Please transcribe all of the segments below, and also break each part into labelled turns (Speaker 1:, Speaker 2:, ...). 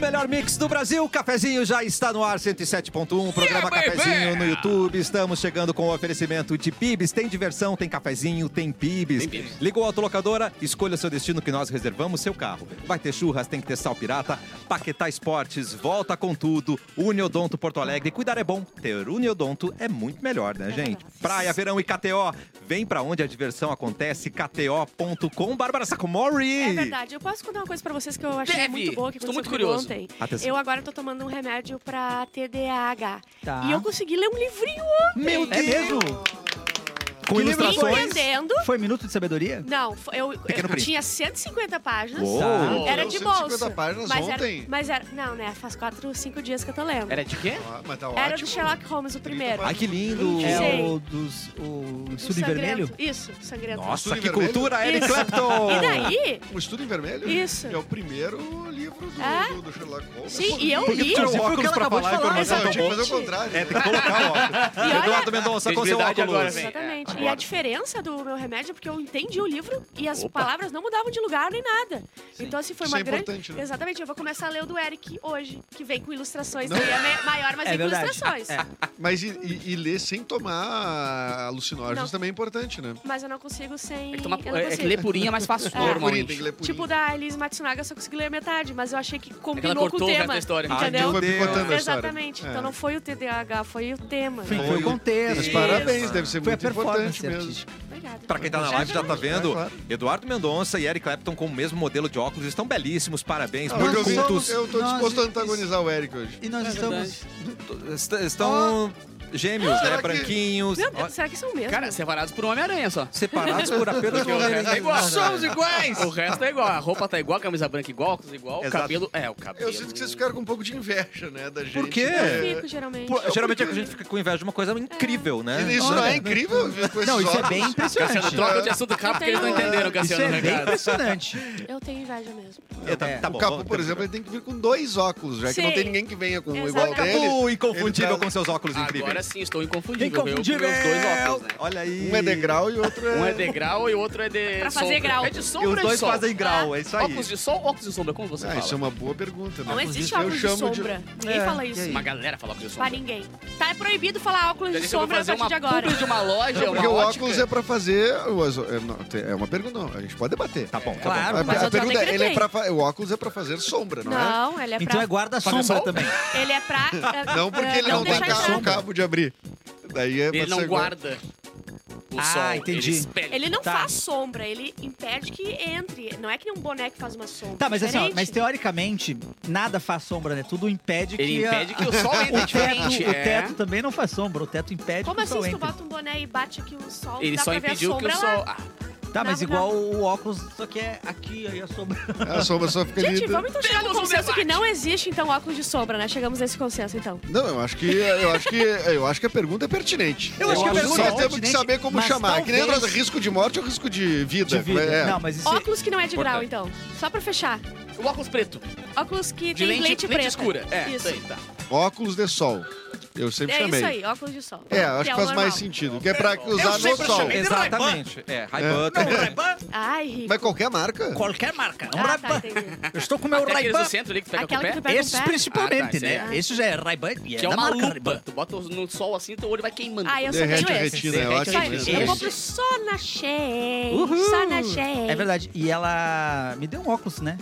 Speaker 1: melhor mix do Brasil. O cafezinho já está no ar 107.1, programa Cafezinho no YouTube. Estamos chegando com o oferecimento de PIBs. Tem diversão, tem cafezinho, tem PIBs. Ligou a autolocadora, escolha seu destino que nós reservamos seu carro. Vai ter churras, tem que ter sal pirata. Paquetá Esportes, volta com tudo. Uniodonto Porto Alegre, cuidar é bom. Ter Uniodonto é muito melhor, né, gente? Praia, verão e KTO. Vem pra onde a diversão acontece, kto.com. Bárbara Sacomori.
Speaker 2: É verdade. Eu posso contar uma coisa pra vocês que eu achei
Speaker 3: Deve.
Speaker 2: muito boa que
Speaker 3: Estou
Speaker 2: aconteceu
Speaker 3: muito
Speaker 2: comigo
Speaker 3: curioso.
Speaker 2: ontem.
Speaker 1: Atenção.
Speaker 2: Eu agora tô tomando um remédio pra TDAH.
Speaker 4: Tá.
Speaker 2: E eu consegui ler um livrinho ontem.
Speaker 1: Meu
Speaker 4: É
Speaker 1: Deus!
Speaker 4: mesmo?
Speaker 1: Com
Speaker 4: Que livro
Speaker 1: ilustrações.
Speaker 2: Entendendo.
Speaker 4: Foi minuto de sabedoria?
Speaker 2: Não, fo- eu,
Speaker 1: Pequeno
Speaker 2: eu
Speaker 1: Príncipe.
Speaker 2: tinha 150 páginas.
Speaker 1: Uou.
Speaker 4: Tá.
Speaker 2: Era
Speaker 5: Pô,
Speaker 2: de
Speaker 5: 150
Speaker 2: bolsa.
Speaker 5: páginas
Speaker 2: mas
Speaker 5: ontem?
Speaker 2: Era, mas era. Não, né? Faz 4, 5 dias que eu tô lendo.
Speaker 3: Era de quê?
Speaker 5: Ah, mas tá
Speaker 2: Era
Speaker 5: ótimo.
Speaker 2: do Sherlock Holmes, o primeiro.
Speaker 1: Ai, que lindo!
Speaker 2: Sim.
Speaker 4: É o dos. O estudo
Speaker 2: O
Speaker 4: em
Speaker 2: sangrento.
Speaker 4: vermelho?
Speaker 2: Isso, sangrento.
Speaker 1: Nossa,
Speaker 5: Tudo
Speaker 1: que
Speaker 5: vermelho.
Speaker 1: cultura, Eric
Speaker 2: Isso.
Speaker 1: Clapton!
Speaker 2: E daí,
Speaker 5: O Um Estudo em Vermelho?
Speaker 2: Isso.
Speaker 5: É o primeiro livro do,
Speaker 2: É?
Speaker 5: do- do Sherlock Holmes.
Speaker 2: sim, e eu
Speaker 1: Por que
Speaker 2: li.
Speaker 1: tu tirou o
Speaker 4: Inclusive,
Speaker 1: óculos
Speaker 4: o que
Speaker 1: pra
Speaker 4: ela
Speaker 1: falar a
Speaker 4: acabou de é
Speaker 1: informação
Speaker 5: Não, eu
Speaker 1: tão
Speaker 5: tinha que
Speaker 1: boa?
Speaker 5: fazer o contrário. né?
Speaker 1: É, tem que colocar o óculos.
Speaker 2: E olha-
Speaker 1: Eduardo Mendonça com seu
Speaker 3: Credibilidade
Speaker 1: óculos.
Speaker 3: agora, vem.
Speaker 2: Exatamente.
Speaker 1: É,
Speaker 2: E a
Speaker 1: agora.
Speaker 2: diferença do meu remédio, é porque eu entendi o livro e as palavras não mudavam de lugar nem nada. Então, assim, foi
Speaker 5: Isso
Speaker 2: uma
Speaker 5: é
Speaker 2: grande.
Speaker 5: importante, né?
Speaker 2: Exatamente. Eu vou começar a ler o do Eric hoje, que vem com ilustrações. Daí é me- maior, mas
Speaker 4: É
Speaker 2: vem com
Speaker 4: verdade.
Speaker 2: ilustrações.
Speaker 5: Mas e, e- e ler sem tomar alucinógenos
Speaker 2: Não. Ah.
Speaker 5: também é importante, né?
Speaker 2: Mas eu não consigo sem.
Speaker 3: É que, tomar,
Speaker 2: eu não
Speaker 3: é, é que
Speaker 2: consigo.
Speaker 3: ler purinha é mais fácil,
Speaker 2: É.
Speaker 5: Purinha,
Speaker 3: normalmente.
Speaker 5: tem que ler purinha.
Speaker 2: Tipo da Elise Matsunaga, eu só consegui ler metade, mas eu achei que
Speaker 3: É que ela
Speaker 2: combinou com
Speaker 3: cortou
Speaker 2: o
Speaker 3: o resto
Speaker 2: tema.
Speaker 3: da história.
Speaker 1: Ah, meu
Speaker 2: Entendeu?
Speaker 5: então Foi
Speaker 1: Deus.
Speaker 5: picotando a história.
Speaker 2: Exatamente.
Speaker 5: É.
Speaker 2: Então não foi o TDAH, foi o tema.
Speaker 4: Foi,
Speaker 5: Foi
Speaker 4: foi
Speaker 5: o-
Speaker 4: o contexto.
Speaker 5: Mas
Speaker 2: Isso.
Speaker 5: parabéns, deve ser
Speaker 4: Foi a
Speaker 5: muito importante
Speaker 4: performance
Speaker 5: mesmo.
Speaker 4: artística.
Speaker 2: Obrigada.
Speaker 1: Pra quem tá na
Speaker 2: Já
Speaker 1: live já tá vendo,
Speaker 5: É, claro.
Speaker 1: Eduardo Mendonça e Eric Clapton com o mesmo modelo de óculos estão belíssimos, parabéns,
Speaker 5: Ah,
Speaker 1: muito
Speaker 5: hoje eu, vim-
Speaker 1: juntos.
Speaker 5: eu tô
Speaker 4: Nós-
Speaker 5: disposto a antagonizar o Eric hoje.
Speaker 4: E nós
Speaker 3: É
Speaker 4: estamos.
Speaker 1: Estão gêmeos, né?
Speaker 5: Ah. Será que-
Speaker 1: Branquinhos,
Speaker 2: Meu Deus,
Speaker 1: ó,
Speaker 2: será que são mesmo?
Speaker 3: Cara, separados por um Homem-Aranha só.
Speaker 1: separados por apenas
Speaker 3: Porque o
Speaker 1: um
Speaker 3: resto é igual.
Speaker 4: Somos
Speaker 3: iguais! O resto é igual. A roupa tá igual, a camisa branca igual, óculos igual, o
Speaker 1: Exato.
Speaker 3: cabelo. É, o cabelo.
Speaker 5: Eu sinto que vocês ficaram com um pouco de inveja, né, da gente.
Speaker 1: quê?
Speaker 2: Eu
Speaker 5: É.
Speaker 2: fico, geralmente.
Speaker 1: Pô, Geralmente é que a gente fica com inveja de uma coisa incrível, né?
Speaker 5: E Isso
Speaker 4: Olha,
Speaker 5: não é incrível? Com esses
Speaker 4: Não, isso é
Speaker 5: óculos?
Speaker 4: bem
Speaker 3: Cassiano,
Speaker 4: impressionante.
Speaker 3: troca de assunto rápido porque eles não entenderam,
Speaker 4: Isso
Speaker 3: Cassiano,
Speaker 4: é
Speaker 3: né,
Speaker 4: bem
Speaker 3: cara?
Speaker 4: impressionante.
Speaker 2: Eu tenho inveja mesmo.
Speaker 1: É, tá,
Speaker 4: É.
Speaker 1: tá
Speaker 5: O
Speaker 1: bom,
Speaker 5: Capu,
Speaker 1: vamos-
Speaker 5: por exemplo, ele tem que vir com dois óculos, já que não
Speaker 2: Sim.
Speaker 5: tem ninguém que venha com um igual
Speaker 2: Exatamente.
Speaker 5: dele.
Speaker 1: Capu, inconfundível
Speaker 5: ele tá-
Speaker 1: com seus óculos incríveis.
Speaker 3: Agora sim, estou inconfundível.
Speaker 4: Inconfundível!
Speaker 3: Eu com meus dois óculos, né?
Speaker 1: Olha aí.
Speaker 5: Um é degrau e outro é...
Speaker 3: Um é degrau e o outro é de
Speaker 2: Pra fazer
Speaker 3: sombra.
Speaker 2: grau.
Speaker 3: É de
Speaker 1: E
Speaker 3: sombra
Speaker 1: os
Speaker 3: e
Speaker 1: dois
Speaker 3: sol.
Speaker 1: fazem grau, é isso aí.
Speaker 3: Óculos de sol, óculos de sombra, como você
Speaker 5: Ah,
Speaker 3: fala?
Speaker 5: isso é uma boa pergunta, né?
Speaker 2: Não existe óculos de
Speaker 5: eu chamo
Speaker 2: sombra. Ninguém
Speaker 4: É,
Speaker 2: fala
Speaker 4: e
Speaker 2: isso.
Speaker 4: aí?
Speaker 3: Uma galera fala óculos de
Speaker 2: Pra
Speaker 3: sombra.
Speaker 2: ninguém. Tá é proibido falar óculos de
Speaker 3: Gente, eu vou
Speaker 2: sombra a
Speaker 3: fazer
Speaker 2: partir
Speaker 3: uma
Speaker 2: de agora.
Speaker 3: publi de uma loja,
Speaker 5: Não,
Speaker 3: uma
Speaker 5: porque o
Speaker 3: ótica.
Speaker 5: óculos é pra fazer... o azo- é, não, tem- É uma pergunta, não. A gente pode debater.
Speaker 1: Tá bom, tá
Speaker 4: Claro.
Speaker 1: bom.
Speaker 5: A,
Speaker 2: mas
Speaker 5: a
Speaker 2: eu tô
Speaker 5: pergunta é,
Speaker 2: até
Speaker 5: ele é
Speaker 2: cretei.
Speaker 5: pra fa- o óculos é pra fazer
Speaker 3: um-
Speaker 5: sombra, não,
Speaker 2: Não, ele é pra.
Speaker 4: Então é guarda-sombra
Speaker 3: Fazer
Speaker 4: também.
Speaker 2: Ele é pra.
Speaker 5: é? Não porque ele não, tem
Speaker 2: deixar
Speaker 5: ca-
Speaker 2: entrar.
Speaker 5: o cabo de abrir. Daí é pra
Speaker 3: Ele não
Speaker 5: ser-
Speaker 3: guarda o
Speaker 4: Ah,
Speaker 3: sol.
Speaker 4: entendi.
Speaker 3: Ele espelha.
Speaker 2: Ele não
Speaker 4: Tá.
Speaker 2: faz sombra, ele impede que entre. Não é que nem um boné que faz uma sombra.
Speaker 4: Tá, mas assim, ó,
Speaker 2: Diferente.
Speaker 4: mas teoricamente, nada faz sombra, né? Tudo impede que.
Speaker 3: Ele
Speaker 4: a-
Speaker 3: impede que o sol
Speaker 4: O
Speaker 3: entre
Speaker 4: teto,
Speaker 3: diferente. é.
Speaker 4: o teto também não faz sombra, o teto impede
Speaker 2: Como
Speaker 4: que o sol
Speaker 2: assim se tu
Speaker 4: entre.
Speaker 2: bota um boné e bate aqui o sol?
Speaker 3: Ele
Speaker 2: dá
Speaker 3: só
Speaker 2: pra ver a
Speaker 3: impediu que o
Speaker 2: sombra
Speaker 3: sol.
Speaker 2: Lá.
Speaker 3: Ah,
Speaker 4: Tá, mas
Speaker 2: Não,
Speaker 4: igual o óculos, só que é aqui, aí a sombra.
Speaker 5: A sombra só fica ali...
Speaker 2: Gente, vamos então chegar no
Speaker 3: Temos um
Speaker 2: consenso que
Speaker 3: debate.
Speaker 2: não existe, então, óculos de sombra, né? Chegamos nesse consenso, então.
Speaker 5: Não, eu acho que eu acho que eu acho que a pergunta é pertinente.
Speaker 4: Eu acho que a pergunta é
Speaker 5: Nós temos que
Speaker 4: pertinente,
Speaker 5: saber como
Speaker 4: mas
Speaker 5: chamar. É Que nem
Speaker 4: talvez-
Speaker 5: o risco de morte ou risco de vida.
Speaker 4: de vida.
Speaker 5: É.
Speaker 4: Não, mas isso.
Speaker 2: Óculos que não é de grau,
Speaker 3: Importante.
Speaker 2: então. Só pra fechar.
Speaker 3: o óculos preto.
Speaker 2: Óculos que
Speaker 3: De
Speaker 2: tem
Speaker 3: lente, lente
Speaker 2: preta.
Speaker 3: escura. É,
Speaker 2: isso.
Speaker 3: isso aí, tá.
Speaker 5: Óculos de sol. Eu sempre
Speaker 2: É
Speaker 5: chamei.
Speaker 2: isso aí, óculos de sol.
Speaker 5: É, acho que
Speaker 2: o
Speaker 5: faz mais
Speaker 2: normal.
Speaker 5: sentido. Que é pra usar no
Speaker 3: sempre
Speaker 5: sol.
Speaker 3: chamei.
Speaker 1: Exatamente. É, Ray-Ban.
Speaker 2: Ai, Rico.
Speaker 5: Mas qualquer marca.
Speaker 4: Qualquer marca. Um
Speaker 2: Ah,
Speaker 4: Ray-Ban.
Speaker 2: tá, entendi.
Speaker 4: Eu estou com o meu
Speaker 3: Até aqueles
Speaker 4: Ray-Ban.
Speaker 3: do centro ali que tu pega
Speaker 2: Aquela
Speaker 3: com o
Speaker 2: que tu
Speaker 3: pé.
Speaker 2: pega
Speaker 4: Esses
Speaker 2: com o pé.
Speaker 4: principalmente,
Speaker 3: Ah, tá, isso
Speaker 4: né?
Speaker 2: é.
Speaker 4: Esse já é Ray-Ban e é
Speaker 3: Que
Speaker 4: da
Speaker 3: é uma
Speaker 4: marca
Speaker 3: lupa.
Speaker 4: Ray-Ban.
Speaker 3: Tu bota no sol assim, teu olho vai queimando.
Speaker 2: Ah, eu só
Speaker 5: Derrete
Speaker 2: tenho
Speaker 5: a
Speaker 2: esse.
Speaker 5: retina, é
Speaker 3: Derrete a
Speaker 2: Só-
Speaker 5: ótimo.
Speaker 3: retina.
Speaker 2: eu
Speaker 3: Esse.
Speaker 2: compro só na Shein.
Speaker 4: Uhul.
Speaker 2: Só na Shein.
Speaker 4: É verdade. E ela me deu um óculos, né?